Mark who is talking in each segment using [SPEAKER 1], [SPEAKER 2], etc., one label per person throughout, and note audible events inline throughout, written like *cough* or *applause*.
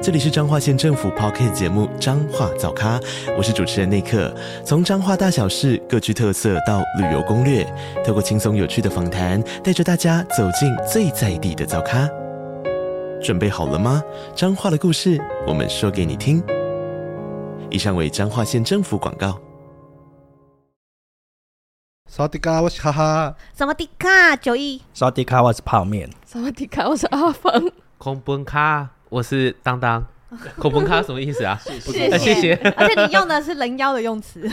[SPEAKER 1] 这里是彰化县政府 p o c k t 节目《彰化早咖》，我是主持人内克。从彰化大小事各具特色到旅游攻略，透过轻松有趣的访谈，带着大家走进最在地的早咖。准备好了吗？彰化的故事，我们说给你听。以上为彰化县政府广告。
[SPEAKER 2] 萨迪嘎，我是哈哈。
[SPEAKER 3] 什么迪卡九一，
[SPEAKER 4] 烧迪卡，我是泡面。
[SPEAKER 5] 萨瓦迪卡，我是阿峰。
[SPEAKER 6] 空奔咖，我是
[SPEAKER 3] *laughs*
[SPEAKER 6] 当当。空奔咖什么意思啊？
[SPEAKER 3] 谢
[SPEAKER 6] 呃谢谢
[SPEAKER 3] 而且你用的是人妖的用
[SPEAKER 6] *laughs*
[SPEAKER 3] 词，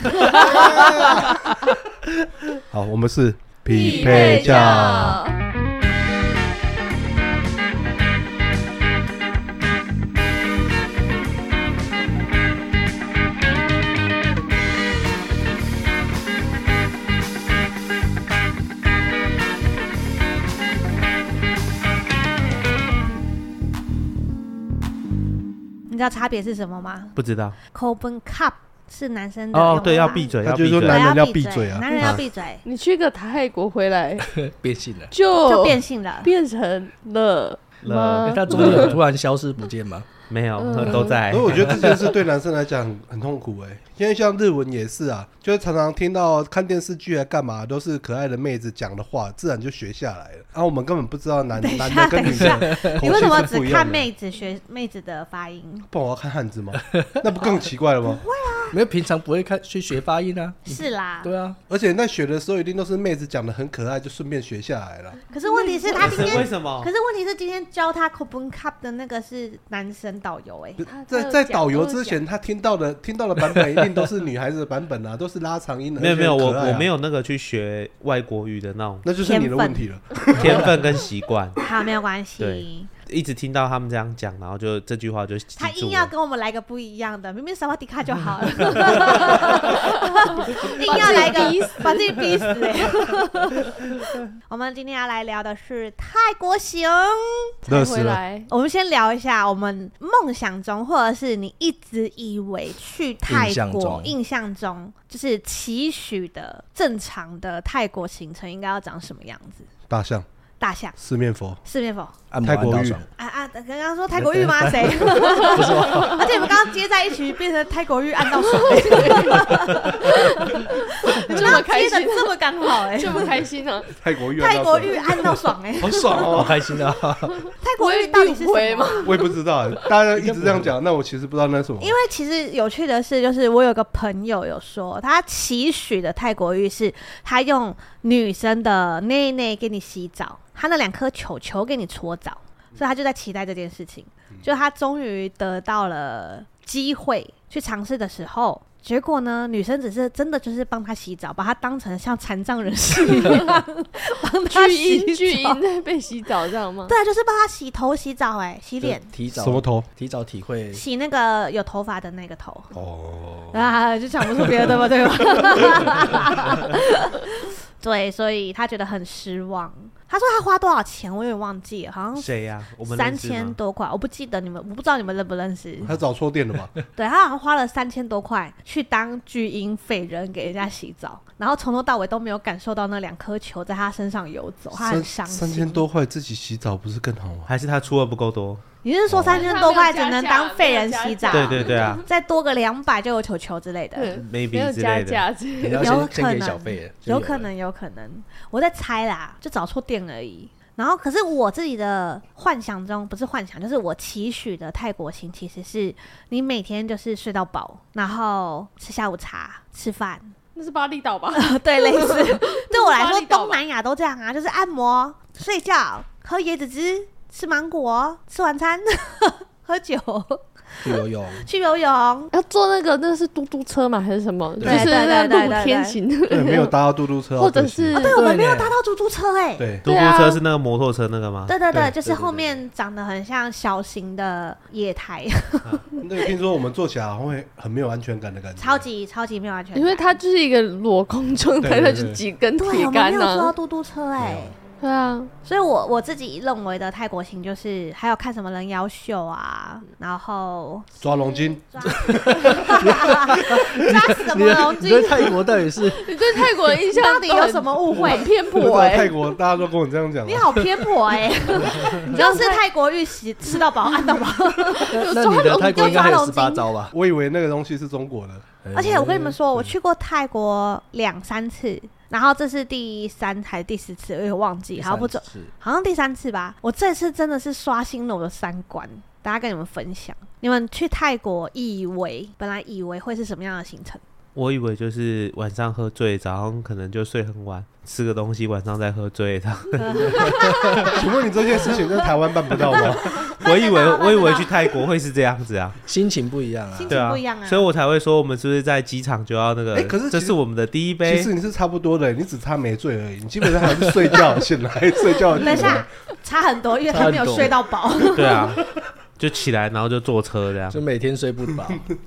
[SPEAKER 2] 好，我们是匹配教。
[SPEAKER 3] 你知道差别是什么吗
[SPEAKER 6] 不知道
[SPEAKER 3] c o p e n cup 是男生的
[SPEAKER 6] 哦
[SPEAKER 3] 用，
[SPEAKER 6] 对，
[SPEAKER 3] 法
[SPEAKER 6] 要闭嘴，
[SPEAKER 2] 他
[SPEAKER 6] 要
[SPEAKER 2] 就
[SPEAKER 6] 闭
[SPEAKER 2] 是说
[SPEAKER 3] 对
[SPEAKER 6] 嘴。
[SPEAKER 2] 男人要
[SPEAKER 3] 闭
[SPEAKER 2] 闭嘴啊
[SPEAKER 3] 男人要
[SPEAKER 2] 啊
[SPEAKER 3] 闭嘴
[SPEAKER 5] 你去个泰国
[SPEAKER 3] *laughs*
[SPEAKER 5] 回来
[SPEAKER 4] 变性了，
[SPEAKER 5] 就
[SPEAKER 3] 就变性了。
[SPEAKER 5] 变成了
[SPEAKER 3] 嗯
[SPEAKER 6] 了
[SPEAKER 5] 吗？
[SPEAKER 4] 他中间有突然消失不见吗？
[SPEAKER 6] 没有，
[SPEAKER 5] 嗯
[SPEAKER 6] 都在
[SPEAKER 2] 所以。我觉得这件事对男生来讲很很痛苦哎、因为像日文也是啊，就是常常听到看电视剧啊干嘛都是可爱的妹子讲的话，自然就学下来了。啊，我们根本不知道男
[SPEAKER 3] 等一下
[SPEAKER 2] 男的跟女的口
[SPEAKER 3] 你为什么
[SPEAKER 2] 气是
[SPEAKER 3] 只
[SPEAKER 2] 不一
[SPEAKER 3] 看
[SPEAKER 2] 样的。
[SPEAKER 3] 妹子学妹子的发音？
[SPEAKER 2] 不然我要看汉字吗？那不更奇怪了吗？
[SPEAKER 4] 没有，平常不会看去学发音啊。
[SPEAKER 3] 是啦，
[SPEAKER 4] 对啊，
[SPEAKER 2] 而且那学的时候一定都是妹子讲的很可爱，就顺便学下来了。
[SPEAKER 3] 可是问题是他今
[SPEAKER 2] *laughs*
[SPEAKER 6] 为
[SPEAKER 3] 天，
[SPEAKER 6] 什么哦
[SPEAKER 3] 可？是问题是今天教他 c o p e n cup 的那个是男生导游哎，
[SPEAKER 2] 在在导游之前，他听到的听到的版本一定都是女孩子的版本啊，都是拉长音的。
[SPEAKER 6] 没有没有，
[SPEAKER 2] 而且
[SPEAKER 6] 我
[SPEAKER 2] 很可爱啊
[SPEAKER 6] 我没，有那个去学外国语的那种
[SPEAKER 2] 那就是你的问题了。
[SPEAKER 6] 天分跟习惯，
[SPEAKER 3] 好没有关系
[SPEAKER 6] 对。一直听到他们这样讲，然后就这句话就记
[SPEAKER 3] 他
[SPEAKER 6] 住
[SPEAKER 3] 硬要
[SPEAKER 6] 了。
[SPEAKER 3] 跟我们来个不一样的，明明萨瓦迪卡就好了， *laughs* 硬要来个把自己逼死、欸。 *laughs* 我们今天要来聊的是泰国行。
[SPEAKER 2] 热
[SPEAKER 5] 乐
[SPEAKER 2] 死
[SPEAKER 5] 回
[SPEAKER 2] 了
[SPEAKER 5] 来，
[SPEAKER 3] 我们先聊一下我们梦想中，或者是你一直以为去泰
[SPEAKER 4] 印象
[SPEAKER 3] 国
[SPEAKER 4] 中
[SPEAKER 3] 印象中就是期许的正常的泰国行程应该要长什么样子？
[SPEAKER 2] 大象、
[SPEAKER 3] 大象
[SPEAKER 2] 四面佛，
[SPEAKER 3] 是面否？
[SPEAKER 4] 按摩按到 *laughs* 爽。
[SPEAKER 3] 啊啊！刚刚说泰国浴吗？谁？ *laughs* 而且你们刚刚接在一起，变成泰国浴按到爽，你们
[SPEAKER 5] *laughs* 这么
[SPEAKER 3] 刚刚 *laughs*
[SPEAKER 5] 开
[SPEAKER 3] 接的
[SPEAKER 5] 心，
[SPEAKER 3] 这么刚好哎、
[SPEAKER 5] 这么开心啊！
[SPEAKER 2] 泰国玉
[SPEAKER 3] 泰国浴按到爽哎、
[SPEAKER 5] *laughs*
[SPEAKER 4] 好爽哦，好开心啊！
[SPEAKER 3] 泰国浴到底是
[SPEAKER 5] 不会
[SPEAKER 3] 什
[SPEAKER 5] 绿
[SPEAKER 3] 么
[SPEAKER 5] 灰？
[SPEAKER 2] 我也不知道，大家一直这样讲，那我其实不知道那是什么。
[SPEAKER 3] 因为其实有趣的是，就是我有个朋友有说，他期许的泰国浴是他用女生的内内给你洗澡，他那两颗球球给你搓澡，所以他就在期待这件事情。
[SPEAKER 5] 嗯
[SPEAKER 3] 就他终于得到了机会去尝试的时候。结果呢？女生只是真的就是帮他洗澡，把他当成像残障人士一
[SPEAKER 5] *laughs*
[SPEAKER 3] 样，帮他
[SPEAKER 5] 巨
[SPEAKER 3] 洗
[SPEAKER 5] 婴巨
[SPEAKER 3] 澡
[SPEAKER 5] 婴。在被洗澡，知道吗？
[SPEAKER 3] 对啊，就是帮他洗头、洗澡、哎，洗脸、
[SPEAKER 4] 就 *laughs* 提
[SPEAKER 2] 什么
[SPEAKER 4] 早
[SPEAKER 2] 头？
[SPEAKER 4] 提早体会，
[SPEAKER 3] 洗那个有头发的那个头。
[SPEAKER 2] 哦，
[SPEAKER 3] 啊，就想不出别的吧，对吧？对，所以他觉得很失望。他说他花多少钱，我有点忘记了，好像
[SPEAKER 6] 谁呀？我们
[SPEAKER 3] 三
[SPEAKER 6] 认识吗
[SPEAKER 3] 千多块，我不记得你们，我不知道你们认不认识。
[SPEAKER 2] 他找错店了
[SPEAKER 3] *laughs*
[SPEAKER 2] 吧？
[SPEAKER 3] 对他好像花了三千多块去当巨婴废人给人家洗澡，然后从头到尾都没有感受到那两颗球在他身上游走，他很伤
[SPEAKER 2] 三
[SPEAKER 3] 心。
[SPEAKER 2] 三千，多块自己洗澡不是更好
[SPEAKER 3] *laughs*
[SPEAKER 2] 吗？
[SPEAKER 6] 还是他出的不够多？
[SPEAKER 3] 你是说三千多块只能当废人洗澡？
[SPEAKER 6] 对对
[SPEAKER 3] *laughs*
[SPEAKER 6] 对啊
[SPEAKER 3] 再多个两百就有球球之类的。
[SPEAKER 5] 对，
[SPEAKER 2] 嗯
[SPEAKER 5] 没有
[SPEAKER 6] ，maybe 之
[SPEAKER 5] 加
[SPEAKER 6] 类的。
[SPEAKER 5] 价之类
[SPEAKER 4] 你要
[SPEAKER 5] 的。
[SPEAKER 3] 有
[SPEAKER 4] 先
[SPEAKER 3] 可
[SPEAKER 4] 先
[SPEAKER 3] 能，
[SPEAKER 4] 给小费，就
[SPEAKER 3] 有
[SPEAKER 4] 了
[SPEAKER 3] 可。能，有可能，我在猜啦，就找错店而已。然后，可是我自己的幻想中，不是幻想，就是我期许的泰国行，其实是你每天就是睡到饱，然后吃下午茶、吃饭，
[SPEAKER 5] 那是巴厘岛吧？
[SPEAKER 3] 对，类似。对我来
[SPEAKER 5] 巴
[SPEAKER 3] 说，
[SPEAKER 5] 厘岛
[SPEAKER 3] 东
[SPEAKER 5] 吧
[SPEAKER 3] 南亚都这样啊，就是按摩、睡觉、喝椰子汁、吃芒果、吃晚餐、 *laughs* 喝酒、
[SPEAKER 4] 去游泳，
[SPEAKER 3] 去游泳。
[SPEAKER 5] *laughs* 要坐那个那是嘟嘟车吗？还是什么？就
[SPEAKER 3] 对
[SPEAKER 5] 是
[SPEAKER 3] 对
[SPEAKER 5] 那
[SPEAKER 3] 对对
[SPEAKER 5] 露天型的， *laughs*
[SPEAKER 2] 对，没有搭到嘟嘟车啊，
[SPEAKER 5] 或者
[SPEAKER 2] 对不起
[SPEAKER 5] 是
[SPEAKER 3] 对，我们没有
[SPEAKER 4] 对
[SPEAKER 3] 搭到出租车哎、
[SPEAKER 2] 对，
[SPEAKER 6] 嘟嘟
[SPEAKER 5] 对啊
[SPEAKER 6] 车是那个摩托车那个吗？
[SPEAKER 3] 对啊对对，
[SPEAKER 2] 对
[SPEAKER 3] 就是后面长得很像小型的野台，
[SPEAKER 2] 那个听说我们坐起来会很没有安全感的感觉，
[SPEAKER 3] 超级超级没有安全感。
[SPEAKER 5] 因为它就是一个裸空状态，
[SPEAKER 2] 对对
[SPEAKER 5] 它
[SPEAKER 2] 对
[SPEAKER 5] 就几根
[SPEAKER 3] 对
[SPEAKER 5] 铁
[SPEAKER 3] 我们没
[SPEAKER 5] 杆
[SPEAKER 3] 有坐到
[SPEAKER 5] 啊。
[SPEAKER 3] 嘟嘟车哎、
[SPEAKER 4] 没有
[SPEAKER 5] 对啊，
[SPEAKER 3] 所以我我自己认为的泰国行就是还有看什么人妖秀啊，然后
[SPEAKER 2] 抓龙筋，
[SPEAKER 3] 抓抓什
[SPEAKER 4] 你
[SPEAKER 3] 么龙
[SPEAKER 4] 的
[SPEAKER 3] 筋，
[SPEAKER 4] 你对泰国
[SPEAKER 3] *laughs*
[SPEAKER 4] 到底是
[SPEAKER 5] 你对泰国的印象
[SPEAKER 3] 到底有什么误
[SPEAKER 5] 很
[SPEAKER 3] 会
[SPEAKER 5] 很？偏
[SPEAKER 2] 不知
[SPEAKER 5] 颇
[SPEAKER 2] 道
[SPEAKER 5] 哎
[SPEAKER 2] 泰？国大家都跟我这样讲啊
[SPEAKER 3] 你，好偏颇
[SPEAKER 5] *laughs*
[SPEAKER 3] 哎、你要是泰国玉玺吃到饱按到饱，
[SPEAKER 4] 那那你的泰国应该还有十八招吧？
[SPEAKER 2] 我以为那个东西是中国的，
[SPEAKER 3] *laughs* 而且我跟你们说，我去过泰国两三次，然后这是第三还是第四次，我也忘记， *laughs* 好像不准，
[SPEAKER 4] 是
[SPEAKER 3] 好像第三次吧。我这次真的是刷新了我的三观，大家跟你们分享。你们去泰国以为本来以为会是什么样的行程？
[SPEAKER 6] 我以为就是晚上喝醉，早上可能就睡很晚，吃个东西，晚上再喝醉 *laughs* 这样。
[SPEAKER 2] 请问你这件事情在台湾办不到
[SPEAKER 3] *laughs*
[SPEAKER 2] 吗？
[SPEAKER 6] 我以为
[SPEAKER 3] 办得到
[SPEAKER 6] 我以为去泰国会是这样子啊，
[SPEAKER 4] 心情不一样啊
[SPEAKER 3] 心。
[SPEAKER 6] 对
[SPEAKER 3] 情
[SPEAKER 6] 啊
[SPEAKER 3] 不一样啊，
[SPEAKER 6] 所以我才会说我们是不是在机场就要那个？
[SPEAKER 2] 哎可是
[SPEAKER 6] 这
[SPEAKER 2] 其
[SPEAKER 6] 是
[SPEAKER 2] 实
[SPEAKER 6] 我们的第
[SPEAKER 2] 其
[SPEAKER 6] 一杯
[SPEAKER 2] 实。你是差不多的，你只差没醉而已，你基本上还是睡觉醒来睡觉。
[SPEAKER 3] 等一下，差很多，因为他没有睡到饱，
[SPEAKER 6] 对啊，就起来然后就坐车这样
[SPEAKER 4] 就。每天睡不
[SPEAKER 3] *laughs*
[SPEAKER 4] 饱，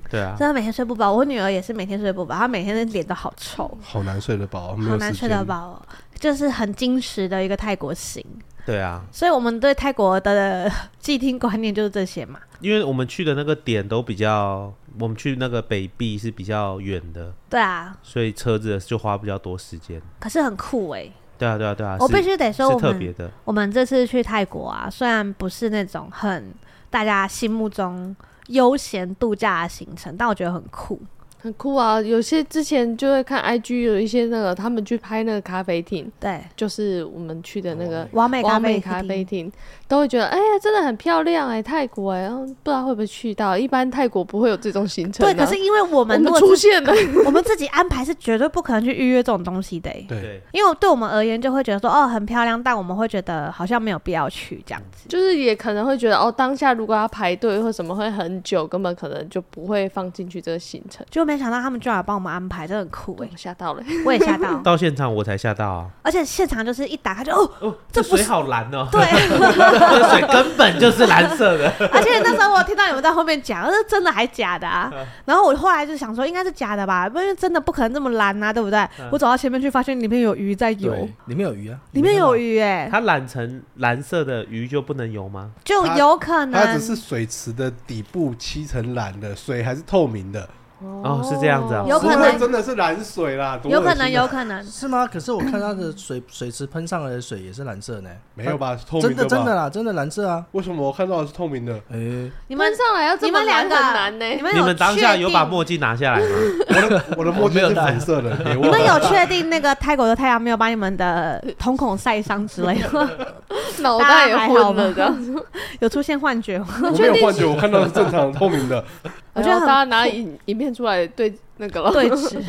[SPEAKER 6] 对啊，
[SPEAKER 3] 真的每天睡不饱。我女儿也是每天睡不饱，她每天的脸都好臭，
[SPEAKER 2] 好难睡得饱，没
[SPEAKER 3] 好
[SPEAKER 2] 有
[SPEAKER 3] 难
[SPEAKER 2] 时
[SPEAKER 3] 睡
[SPEAKER 2] 间
[SPEAKER 3] 得。饱哦，就是很矜持的一个泰国行。
[SPEAKER 6] 对啊，
[SPEAKER 3] 所以我们对泰国的既听观念就是这些嘛。
[SPEAKER 6] 因为我们去的那个点都比较，我们去那个北壁是比较远的，
[SPEAKER 3] 对啊，
[SPEAKER 6] 所以车子就花比较多时间。
[SPEAKER 3] 可是很酷哎、
[SPEAKER 6] 对啊，对啊，对啊，
[SPEAKER 3] 我
[SPEAKER 6] 是
[SPEAKER 3] 必须得说，
[SPEAKER 6] 是
[SPEAKER 3] 我
[SPEAKER 6] 特别
[SPEAKER 3] 们
[SPEAKER 6] 的，
[SPEAKER 3] 我们这次去泰国啊，虽然不是那种很大家心目中悠闲度假的行程，但我觉得很酷。
[SPEAKER 5] 很酷啊！有些之前就会看 IG 有一些那个他们去拍那个咖啡厅，
[SPEAKER 3] 对，
[SPEAKER 5] 就是我们去的那个
[SPEAKER 3] 完美咖
[SPEAKER 5] 完
[SPEAKER 3] 啡
[SPEAKER 5] 美咖啡
[SPEAKER 3] 厅，
[SPEAKER 5] 厅，都会觉得哎呀真的很漂亮哎、泰国哎、然后不知道会不会去到，一般泰国不会有这种行程、啊。
[SPEAKER 3] 对，可是因为我
[SPEAKER 5] 我
[SPEAKER 3] 们
[SPEAKER 5] 们
[SPEAKER 3] 如果
[SPEAKER 5] 出
[SPEAKER 3] 自
[SPEAKER 5] 现了，
[SPEAKER 3] 我们自己安排是绝对不可能去预约这种东西的欸、
[SPEAKER 2] 对，
[SPEAKER 6] 对，
[SPEAKER 3] 因为对我们而言就会觉得说哦很漂亮，但我们会觉得好像没有必要去这样子。
[SPEAKER 5] 就是也可能会觉得哦，当下如果要排队或什么会很久，根本可能就不会放进去这个行程。
[SPEAKER 3] 就没想到他们居然有帮我们安排，真的很酷
[SPEAKER 5] 我
[SPEAKER 3] 哎、
[SPEAKER 5] *laughs* 吓到了，
[SPEAKER 3] 我也吓到，
[SPEAKER 6] 到现场我才吓到啊！
[SPEAKER 3] 而且现场就是一打开就哦，
[SPEAKER 6] 哦，
[SPEAKER 3] 这不
[SPEAKER 6] 水
[SPEAKER 3] 是
[SPEAKER 6] 好蓝哦，
[SPEAKER 3] 对，
[SPEAKER 5] *laughs*
[SPEAKER 3] *laughs*
[SPEAKER 6] 这水根本就是蓝色的。
[SPEAKER 3] 而且那时候我听到你们在后面讲，这真的还假的啊？然后我后来就想说，应该是假的吧，因为真的不可能这么蓝啊，对不对？我走到前面去，发现里面有鱼在游
[SPEAKER 4] 对，，里面有鱼啊，
[SPEAKER 3] 里面有鱼哎、
[SPEAKER 6] *laughs* 它染成蓝色的鱼就不能游吗？
[SPEAKER 3] 就有可
[SPEAKER 2] 它只
[SPEAKER 3] 能
[SPEAKER 2] 是水池的底部漆成蓝的，水还是透明的，
[SPEAKER 6] 哦是这样子啊
[SPEAKER 3] 有可能
[SPEAKER 2] 不会真的是蓝水啦，多恶
[SPEAKER 3] 有
[SPEAKER 2] 心啊
[SPEAKER 3] 可能有可能，
[SPEAKER 4] 是吗？可是我看它的水水池喷上来的水也是蓝色呢，
[SPEAKER 2] 没有吧？透
[SPEAKER 4] 真
[SPEAKER 2] 明
[SPEAKER 4] 的真的
[SPEAKER 2] 吧？
[SPEAKER 4] 啦，真的蓝色啊。
[SPEAKER 2] 为什么我看到的是透明
[SPEAKER 4] *laughs*
[SPEAKER 2] 的？
[SPEAKER 4] 哎、
[SPEAKER 3] 你
[SPEAKER 5] 你
[SPEAKER 3] 们
[SPEAKER 5] 们上来要这
[SPEAKER 3] 你
[SPEAKER 5] 么
[SPEAKER 3] 们两
[SPEAKER 5] 难
[SPEAKER 3] 个
[SPEAKER 5] 很难呢、
[SPEAKER 3] 你们
[SPEAKER 6] 你们当下
[SPEAKER 3] 确
[SPEAKER 6] 有把
[SPEAKER 3] 定
[SPEAKER 6] 墨镜拿下来
[SPEAKER 5] *laughs*
[SPEAKER 6] 吗？
[SPEAKER 2] 我的我的墨镜
[SPEAKER 4] 我没有
[SPEAKER 2] 是
[SPEAKER 4] 戴
[SPEAKER 2] 粉
[SPEAKER 3] *laughs*
[SPEAKER 2] 色的，别
[SPEAKER 3] 你
[SPEAKER 2] 忘
[SPEAKER 3] 们
[SPEAKER 2] 了。
[SPEAKER 3] 有确定那个泰国的太阳没有把你们的瞳孔晒伤之类的吗，
[SPEAKER 5] 脑袋也
[SPEAKER 3] 大家还好
[SPEAKER 5] 混
[SPEAKER 3] 吗
[SPEAKER 5] 了这样子，
[SPEAKER 3] 有出现幻觉吗？
[SPEAKER 2] *laughs* 我没有幻觉，我看到的是正常的透
[SPEAKER 3] *laughs*
[SPEAKER 2] 明的。
[SPEAKER 3] 我觉得
[SPEAKER 5] 然
[SPEAKER 3] 很
[SPEAKER 5] 后大家拿影影片出来对那个了，
[SPEAKER 3] 对峙。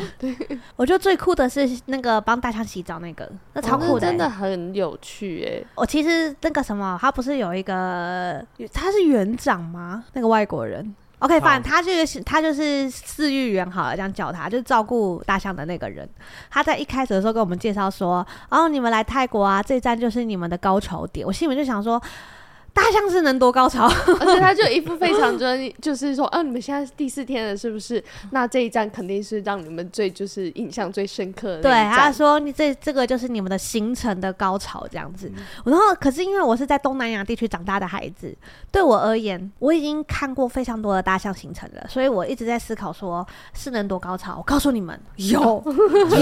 [SPEAKER 3] 我觉得最酷的是那个帮大象洗澡那个，那超
[SPEAKER 5] 哦那
[SPEAKER 3] 酷的、欸
[SPEAKER 5] 真的。很有趣哎、
[SPEAKER 3] 我哦其实那个什么，他不是有一个，他是园长吗？那个外国人。OK，
[SPEAKER 6] 好
[SPEAKER 3] 反正他就是他就是饲育员好了，这样叫他，就是照顾大象的那个人。他在一开始的时候跟我们介绍说，哦，你们来泰国啊，这一站就是你们的高潮点。我心里面就想说，大象是能多高潮？
[SPEAKER 5] 而且他就一副非常专业，就是说，啊，你们现在是第四天了，是不是？那这一站肯定是让你们最就是印象最深刻的
[SPEAKER 3] 对，啊
[SPEAKER 5] 那一
[SPEAKER 3] 他
[SPEAKER 5] 站。
[SPEAKER 3] 说你这这个就是你们的行程的高潮这样子。然后，可是因为我是在东南亚地区长大的孩子，对我而言，我已经看过非常多的大象行程了，所以我一直在思考说是能多高潮。我告诉你们，有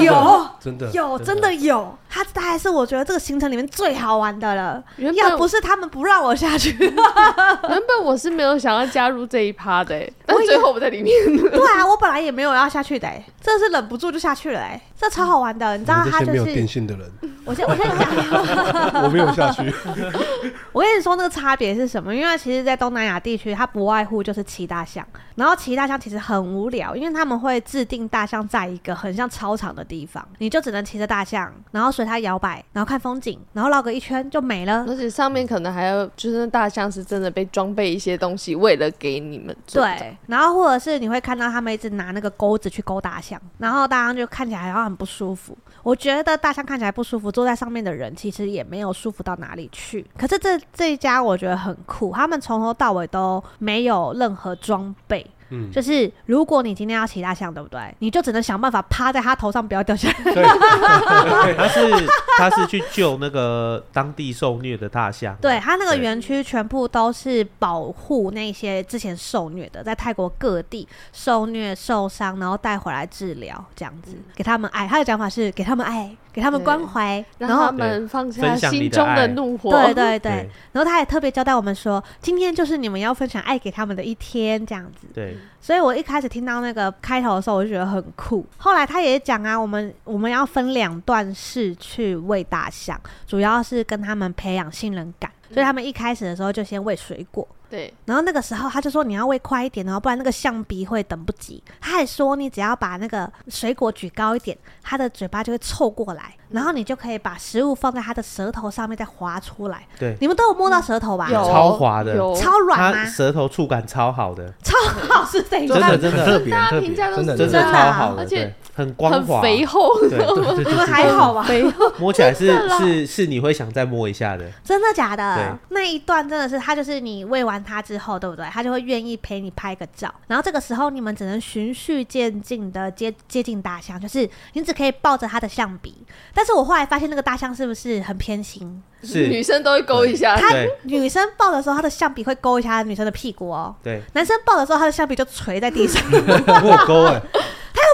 [SPEAKER 3] 有
[SPEAKER 2] 真的，
[SPEAKER 3] 有，哦 *laughs* 真的有，它大概是我觉得这个行程里面最好玩的了。*laughs*
[SPEAKER 5] 原
[SPEAKER 3] 要
[SPEAKER 5] 本
[SPEAKER 3] 不是他们不让我下 *laughs* 去，
[SPEAKER 5] 原本我是没有想要加入这一趴的、欸，但最后我在里面。
[SPEAKER 3] 对啊，我本来也没有要下去的、欸，这是忍不住就下去了、欸，嗯这超好玩的。你知道
[SPEAKER 2] 你们
[SPEAKER 3] 它
[SPEAKER 2] 这些
[SPEAKER 3] 就
[SPEAKER 2] 没有
[SPEAKER 3] 是
[SPEAKER 2] 电，信的人，
[SPEAKER 3] 我先我先讲。
[SPEAKER 2] 我没有下去。
[SPEAKER 3] 我跟你说那个差别是什么？因为其实，在东南亚地区，它不外乎就是骑大象，然后骑大象其实很无聊，因为他们会制定大象在一个很像操场的地方，你就只能骑着大象，然后随它摇摆，然后看风景，然后绕个一圈就没了。
[SPEAKER 5] 而且上面可能还有，就是那大象是真的被装备一些东西，为了给你们做的。
[SPEAKER 3] 对，然后或者是你会看到他们一直拿那个钩子去勾大象，然后大象就看起来好像很不舒服。我觉得大象看起来不舒服，坐在上面的人其实也没有舒服到哪里去。可是这这一家我觉得很酷，他们从头到尾都没有任何装备。
[SPEAKER 2] 嗯，
[SPEAKER 3] *laughs* 就是如果你今天要骑大象，对不对？你就只能想办法趴在它头上，不要掉下来。
[SPEAKER 2] 对，
[SPEAKER 6] 他是他是去救那个当地受虐的大象，
[SPEAKER 3] 对，它那个
[SPEAKER 6] 对
[SPEAKER 3] 园区全部都是保护那些之前受虐的，在泰国各地受虐受伤，然后带回来治疗，这样子、给他们爱。他的讲法是给他们爱，给他们
[SPEAKER 5] 嗯对
[SPEAKER 3] 关怀，然
[SPEAKER 5] 让他
[SPEAKER 3] 后。
[SPEAKER 5] 们放下
[SPEAKER 6] 分享你
[SPEAKER 5] 心
[SPEAKER 6] 的
[SPEAKER 5] 中
[SPEAKER 6] 爱
[SPEAKER 5] 的怒火。
[SPEAKER 3] 对对对，
[SPEAKER 6] 对
[SPEAKER 3] 然后他也特别交代我们说，今天就是你们要分享爱给他们的一天，这样子。
[SPEAKER 6] 对，
[SPEAKER 3] 所以我一开始听到那个开头的时候，我就觉得很酷。后来他也讲啊，我们我们要分两段式去喂大象，主要是跟他们培养信任感。所以他们一开始的时候就先喂水果，
[SPEAKER 5] 对
[SPEAKER 3] 然后那个时候他就说你要喂快一点哦，然后不然那个象鼻会等不及。他还说你只要把那个水果举高一点，它的嘴巴就会凑过来，然后你就可以把食物放在它的舌头上面再滑出来。
[SPEAKER 6] 对
[SPEAKER 3] 你们都有摸到舌头吧？
[SPEAKER 5] 有
[SPEAKER 6] 超滑的
[SPEAKER 5] 有
[SPEAKER 3] 超软
[SPEAKER 6] 他
[SPEAKER 3] 吗？
[SPEAKER 6] 舌头触感超好的，
[SPEAKER 3] 超好是这一
[SPEAKER 4] 真
[SPEAKER 3] 段
[SPEAKER 4] 的
[SPEAKER 6] 很
[SPEAKER 4] 真的
[SPEAKER 6] 很
[SPEAKER 4] 特别，
[SPEAKER 5] 大家
[SPEAKER 4] 特
[SPEAKER 5] 评
[SPEAKER 4] 别
[SPEAKER 5] 价都
[SPEAKER 4] 真的
[SPEAKER 5] 是
[SPEAKER 6] 真
[SPEAKER 3] 的
[SPEAKER 6] 的
[SPEAKER 3] 啊
[SPEAKER 6] 超好的，
[SPEAKER 5] 而且
[SPEAKER 6] 对很光
[SPEAKER 5] 很
[SPEAKER 6] 滑，
[SPEAKER 5] 肥厚，
[SPEAKER 6] 对对对对
[SPEAKER 3] 你们
[SPEAKER 6] 对，
[SPEAKER 3] 还好吧？
[SPEAKER 5] 肥厚。
[SPEAKER 6] 摸起来是
[SPEAKER 5] 真的啦
[SPEAKER 6] 是是你会想再摸一下的，
[SPEAKER 3] 真的假的
[SPEAKER 6] 对？
[SPEAKER 3] 那一段真的是，他就是你喂完它之后，对不对？他就会愿意陪你拍个照。然后这个时候，你们只能循序渐进的接接近大象，就是你只可以抱着它的象鼻。但是我后来发现，那个大象是不是很偏心？
[SPEAKER 5] *laughs* 女
[SPEAKER 6] 是，
[SPEAKER 5] 生都会勾一下，
[SPEAKER 3] 它
[SPEAKER 6] 对
[SPEAKER 3] 女生抱的时候，它的象鼻会勾一下女生的屁股哦。
[SPEAKER 5] *laughs*
[SPEAKER 6] 对，
[SPEAKER 3] 男生抱的时候，他的象鼻就垂在地
[SPEAKER 6] *laughs*
[SPEAKER 3] 上
[SPEAKER 6] 我有勾哎，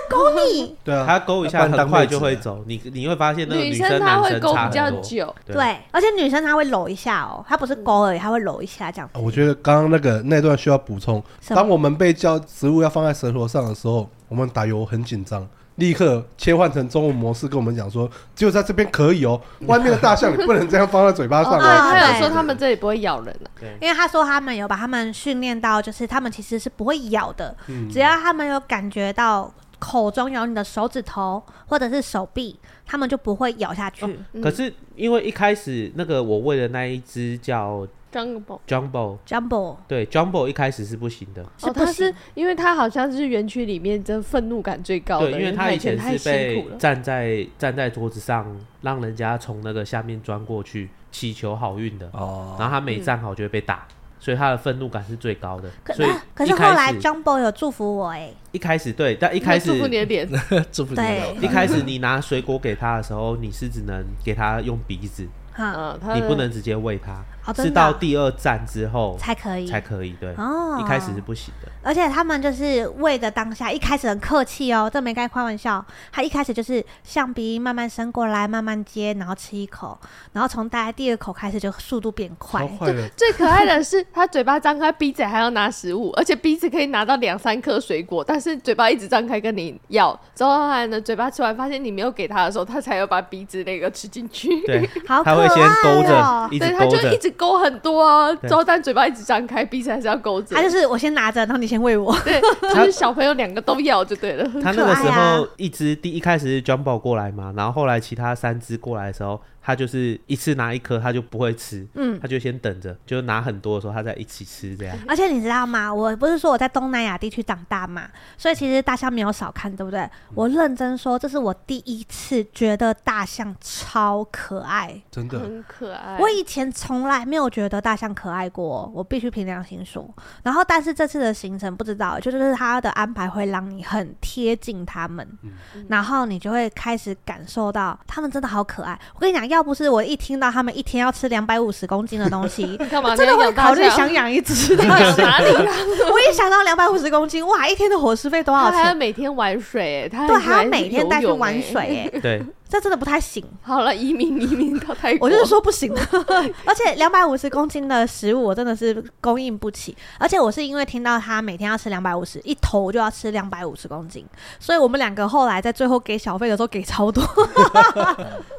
[SPEAKER 3] 勾你。
[SPEAKER 2] 对啊，
[SPEAKER 6] 他勾一
[SPEAKER 4] 要
[SPEAKER 6] 下
[SPEAKER 4] 不然当
[SPEAKER 6] 很快
[SPEAKER 4] 妹子
[SPEAKER 6] 就会
[SPEAKER 4] 的
[SPEAKER 6] 走，你你会发现那个
[SPEAKER 5] 女
[SPEAKER 6] 生
[SPEAKER 5] 她
[SPEAKER 6] 男
[SPEAKER 5] 会
[SPEAKER 6] 生
[SPEAKER 5] 勾
[SPEAKER 6] 差
[SPEAKER 5] 比较
[SPEAKER 6] 很多，
[SPEAKER 5] 久。
[SPEAKER 6] 对，
[SPEAKER 3] 对，而且女生她会揉一下哦，她不是勾而已，她会揉一下这样
[SPEAKER 2] 啊
[SPEAKER 3] 子。
[SPEAKER 2] 我觉得刚刚那个那段需要补充。
[SPEAKER 3] 什么
[SPEAKER 2] 当我们被叫食物要放在舌头上的时候，我们打油很紧张，立刻切换成中文模式，跟我们讲说，只有在这边可以
[SPEAKER 3] *laughs*
[SPEAKER 2] 哦，外面的大象你不能这样放在嘴巴上
[SPEAKER 5] 哦，对，
[SPEAKER 3] 啊
[SPEAKER 5] 他
[SPEAKER 3] 对
[SPEAKER 5] 有说他们这里不会咬人啊，
[SPEAKER 3] 因为他说他们有把他们训练到，就是他们其实是不会咬的，
[SPEAKER 6] 嗯
[SPEAKER 3] 只要他们有感觉到口中有你的手指头或者是手臂，他们就不会咬下去。
[SPEAKER 5] 嗯
[SPEAKER 6] 哦可是因为一开始那个我喂的那一只叫
[SPEAKER 5] 刚个宝。
[SPEAKER 6] Jumbo，
[SPEAKER 3] Jumbo
[SPEAKER 6] 对 Jumbo 一开始是不行的，
[SPEAKER 3] 是
[SPEAKER 5] 哦，
[SPEAKER 3] 不
[SPEAKER 5] 他
[SPEAKER 3] 行
[SPEAKER 5] 是因为他好像是园区里面真愤怒感最高的，
[SPEAKER 6] 对，因为
[SPEAKER 5] 他
[SPEAKER 6] 他以
[SPEAKER 5] 前
[SPEAKER 6] 前
[SPEAKER 5] 太
[SPEAKER 6] 是
[SPEAKER 5] 辛
[SPEAKER 6] 被
[SPEAKER 5] 苦了。
[SPEAKER 6] 站在站在桌子上，让人家从那个下面钻过去祈求好运的，
[SPEAKER 4] 哦，
[SPEAKER 6] 然后他每站好就会被打，所以他的愤怒感是最高的。
[SPEAKER 3] 可
[SPEAKER 6] 所以
[SPEAKER 3] 可
[SPEAKER 6] 一
[SPEAKER 3] 是后来
[SPEAKER 6] 开始
[SPEAKER 3] Jumbo 有祝福我哎、
[SPEAKER 6] 一开始对，但一
[SPEAKER 5] 一
[SPEAKER 6] 开始
[SPEAKER 5] 祝福你的
[SPEAKER 6] *laughs*
[SPEAKER 5] 脸，
[SPEAKER 4] 祝福你
[SPEAKER 3] 对
[SPEAKER 4] 们
[SPEAKER 6] 一开始你拿水果给他的时候，你是只能给他用鼻子，
[SPEAKER 3] 哈、
[SPEAKER 5] 嗯，他
[SPEAKER 6] 你
[SPEAKER 5] 的
[SPEAKER 6] 不能直接喂他，
[SPEAKER 3] 哦真
[SPEAKER 6] 是
[SPEAKER 3] 的啊
[SPEAKER 6] 到第二站之后
[SPEAKER 3] 才可以
[SPEAKER 6] 才可以。对，
[SPEAKER 3] 哦，
[SPEAKER 6] 一开始是不行的。
[SPEAKER 3] 而且他们就是为了当下，一开始很客气哦，这没该开玩笑。他一开始就是象鼻慢慢伸过来，慢慢接，然后吃一口，然后从大概第二口开始就速度变
[SPEAKER 2] 超
[SPEAKER 3] 快，
[SPEAKER 2] 快的，
[SPEAKER 5] 最可爱的是，他嘴巴张开，鼻子还要拿食物，而且鼻子可以拿到两三颗水果，但是嘴巴一直张开跟你要，之后他还能嘴巴吃完，发现你没有给他的时候，他才有把鼻子那个吃进去。
[SPEAKER 6] 对，
[SPEAKER 3] *laughs* 好可
[SPEAKER 6] 他
[SPEAKER 3] 爱
[SPEAKER 6] 会
[SPEAKER 3] 哦。
[SPEAKER 6] 先勾着，一直
[SPEAKER 5] 对，他
[SPEAKER 6] 勾
[SPEAKER 5] 就一
[SPEAKER 6] 着，
[SPEAKER 5] 直勾很多啊，
[SPEAKER 6] 对
[SPEAKER 5] 之后但嘴巴一直张开，鼻子还是要勾着。
[SPEAKER 3] 他就是我先拿着，然后你先喂我。 *laughs*
[SPEAKER 5] 对，就是小朋友两个都要就对了。
[SPEAKER 6] 他那个时
[SPEAKER 3] 可爱啊
[SPEAKER 6] 候一只第一开始是 Jumbo 过来嘛，然后后来其他三只过来的时候，他就是一次拿一颗，他就不会吃，
[SPEAKER 3] 嗯
[SPEAKER 6] 他就先等着，就拿很多的时候，他再一起吃
[SPEAKER 3] *laughs*
[SPEAKER 6] 这样。
[SPEAKER 3] 而且你知道吗？我不是说我在东南亚地区长大嘛，所以其实大象没有少看，对不对？我认真说，这是我第一次觉得大象超可爱。
[SPEAKER 2] 真
[SPEAKER 3] *laughs*
[SPEAKER 2] 的。
[SPEAKER 5] 很可爱。
[SPEAKER 3] 我以前从来没有觉得大象可爱过，我必须凭良心说。然后，但是这次的行程不知道，欸就是它的安排会让你很贴近它们，
[SPEAKER 5] 嗯
[SPEAKER 3] 然后你就会开始感受到它们真的好可爱。我跟你讲，要不是我一听到它们一天要吃两百五十公斤的
[SPEAKER 5] *laughs*
[SPEAKER 3] 东西，
[SPEAKER 5] 干嘛？
[SPEAKER 3] 我真的
[SPEAKER 5] 哦你要
[SPEAKER 3] 会
[SPEAKER 5] 养
[SPEAKER 3] 考
[SPEAKER 5] 大
[SPEAKER 3] 虑
[SPEAKER 5] 象
[SPEAKER 3] 想养一
[SPEAKER 5] *laughs*
[SPEAKER 3] 只
[SPEAKER 5] 到哪里啦？
[SPEAKER 3] 我一想到两百五十公斤，哇，一天的伙食费多
[SPEAKER 5] 他
[SPEAKER 3] 少
[SPEAKER 5] 还要
[SPEAKER 3] 钱？
[SPEAKER 5] 每天玩水、欸，他
[SPEAKER 3] 对，
[SPEAKER 5] 还
[SPEAKER 3] 还要每天带去玩水、
[SPEAKER 5] 欸。
[SPEAKER 3] 哎，
[SPEAKER 6] 对，
[SPEAKER 3] 这真的不太行。
[SPEAKER 5] *laughs* 好了，移民移民到泰
[SPEAKER 3] *laughs*
[SPEAKER 5] 国，
[SPEAKER 3] 我就是说不行，而且两百五十公斤的食物我真的是供应不起，而且我是因为听到他每天要吃两百五十，一头就要吃两百五十公斤，所以我们两个后来在最后给小费的时候给超多， *laughs*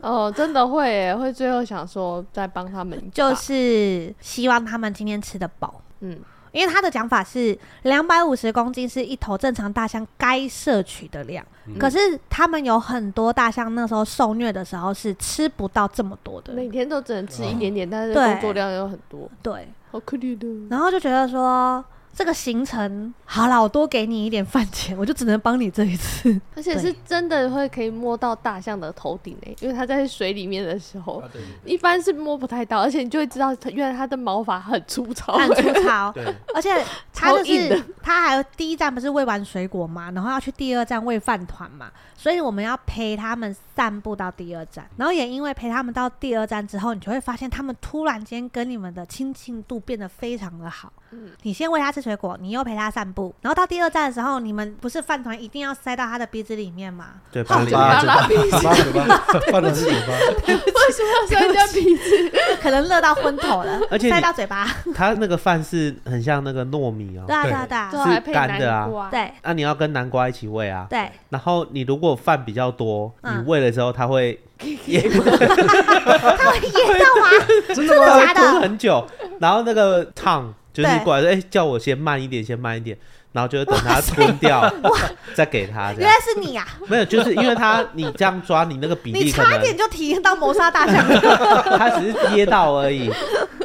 [SPEAKER 5] 哦，真的会耶，会最后想说再帮他们一把，
[SPEAKER 3] 就是希望他们今天吃得饱。
[SPEAKER 5] 嗯，
[SPEAKER 3] 因为他的讲法是，两百五十公斤是一头正常大象该摄取的量，可是他们有很多大象那时候受虐的时候是吃不到这么多的，
[SPEAKER 5] 每天都只能吃一点点，但是
[SPEAKER 3] 嗯对
[SPEAKER 5] 工作量又很多，
[SPEAKER 3] 对，
[SPEAKER 5] 好可怜哦的。
[SPEAKER 3] 然后就觉得说这个行程好了，我多给你一点饭钱，我就只能帮你这一
[SPEAKER 6] *laughs*
[SPEAKER 3] 次。
[SPEAKER 5] 而且是真的会可以摸到大象的头顶诶，因为它在水里面的时
[SPEAKER 6] 啊
[SPEAKER 5] 候，一般是摸不太到，而且你就会知道它，原来它的毛发很粗糙，欸
[SPEAKER 3] 很粗糙，
[SPEAKER 6] 哦对，
[SPEAKER 3] 而且他
[SPEAKER 5] 超
[SPEAKER 3] 就 *laughs*
[SPEAKER 5] 硬的
[SPEAKER 3] 是他还有第一站不是喂完水果嘛，然后要去第二站喂饭团嘛，所以我们要陪他们散步到第二站，然后也因为陪他们到第二站之后，你就会发现他们突然间跟你们的亲近度变得非常的好。
[SPEAKER 5] 嗯
[SPEAKER 3] 你先喂他吃水果，你又陪他散步，然后到第二站的时候，你们不是饭团一定要塞到他的鼻子里面吗？
[SPEAKER 6] 对，
[SPEAKER 2] 好
[SPEAKER 6] 把
[SPEAKER 2] 嘴
[SPEAKER 6] 脸
[SPEAKER 2] 巴
[SPEAKER 5] 巴拉鼻
[SPEAKER 2] 嘴
[SPEAKER 5] 子，
[SPEAKER 2] 巴嘴巴，饭团是嘴巴， *laughs*
[SPEAKER 5] 为什么要塞人家
[SPEAKER 6] *laughs*
[SPEAKER 5] 鼻子？
[SPEAKER 3] 可能热到昏头了，
[SPEAKER 6] 而且你
[SPEAKER 3] 塞到嘴巴，
[SPEAKER 6] 它那个饭是很像那个糯米哦
[SPEAKER 3] 对，啊
[SPEAKER 2] 对
[SPEAKER 3] 对啊对啊
[SPEAKER 5] 最，后还配
[SPEAKER 6] 干的啊
[SPEAKER 5] 南瓜，
[SPEAKER 3] 对
[SPEAKER 6] 那、你要跟南瓜一起喂啊。
[SPEAKER 3] 对，
[SPEAKER 6] 然后你如果饭比较多，
[SPEAKER 3] 嗯
[SPEAKER 6] 你喂了之后，它会也
[SPEAKER 3] 他会噎到
[SPEAKER 6] *laughs*
[SPEAKER 3] 吗？真的
[SPEAKER 6] 它会
[SPEAKER 3] 假
[SPEAKER 6] 吞
[SPEAKER 3] 的？
[SPEAKER 6] 很久。然后那个烫就是
[SPEAKER 3] 对
[SPEAKER 6] 过来说，哎、叫我先慢一点，先慢一点。然后就等它吞 *laughs* 掉，再给它这
[SPEAKER 3] 原
[SPEAKER 6] 样。
[SPEAKER 3] 来是你呀、啊！
[SPEAKER 6] 没有，就是因为它你这样抓，你那个比
[SPEAKER 3] 你
[SPEAKER 6] 例可
[SPEAKER 3] 差一
[SPEAKER 6] 能 *laughs*
[SPEAKER 3] 点就体验到谋杀大象了，
[SPEAKER 6] 它只是噎到而已，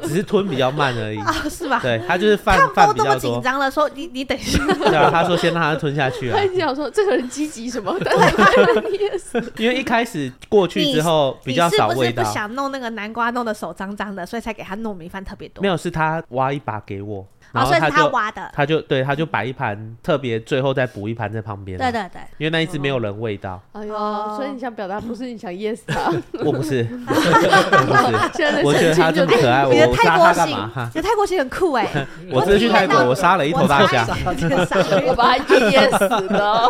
[SPEAKER 6] 只是吞 *laughs* 比较慢而已。
[SPEAKER 3] 啊是吧？
[SPEAKER 6] 对，它就是饭
[SPEAKER 3] 他们
[SPEAKER 6] 饭
[SPEAKER 3] 都
[SPEAKER 6] 比
[SPEAKER 3] 这么
[SPEAKER 6] 较
[SPEAKER 3] 紧
[SPEAKER 6] 多。
[SPEAKER 3] 张了，说你你等一下，
[SPEAKER 6] 对啊，他说先让它吞下去啊
[SPEAKER 5] 他，一直想说这个人积极什么，但是他让你也是
[SPEAKER 6] *laughs* 因为一开始过去之后比
[SPEAKER 3] 你
[SPEAKER 6] 较
[SPEAKER 3] 是
[SPEAKER 6] 少
[SPEAKER 3] 不是
[SPEAKER 6] 味
[SPEAKER 3] 不
[SPEAKER 6] 道。
[SPEAKER 3] 想弄那个南瓜弄得手脏脏的，所以才给他糯米饭特别多？
[SPEAKER 6] 没有，是他挖一把给我，
[SPEAKER 3] 哦，
[SPEAKER 6] 然后
[SPEAKER 3] 所以是
[SPEAKER 6] 就、
[SPEAKER 3] 他挖的。
[SPEAKER 6] 他就对他就摆一盘，特别最后再补一盘在旁边。
[SPEAKER 3] 对，
[SPEAKER 6] 啊
[SPEAKER 3] 对对，
[SPEAKER 6] 因为那一只没有人味道，
[SPEAKER 5] *laughs* 哎 *laughs* 呦，
[SPEAKER 3] 哦
[SPEAKER 5] 所以你想表达不是你想 yes 他，
[SPEAKER 6] *laughs* 我不是，我
[SPEAKER 5] 现在
[SPEAKER 6] 不是，我觉得
[SPEAKER 5] 在
[SPEAKER 6] 他
[SPEAKER 5] 生气
[SPEAKER 6] 这
[SPEAKER 5] 就
[SPEAKER 6] 么可爱，我
[SPEAKER 3] 你的
[SPEAKER 6] 我
[SPEAKER 3] 泰
[SPEAKER 6] 杀
[SPEAKER 3] 国
[SPEAKER 6] 他干
[SPEAKER 3] 行
[SPEAKER 6] 嘛？哈，
[SPEAKER 3] 你的泰国行很酷哎、
[SPEAKER 6] *laughs* 我这次去泰国，我杀了一头大象，
[SPEAKER 3] 我体验到 *laughs*
[SPEAKER 5] 我把他噎死的，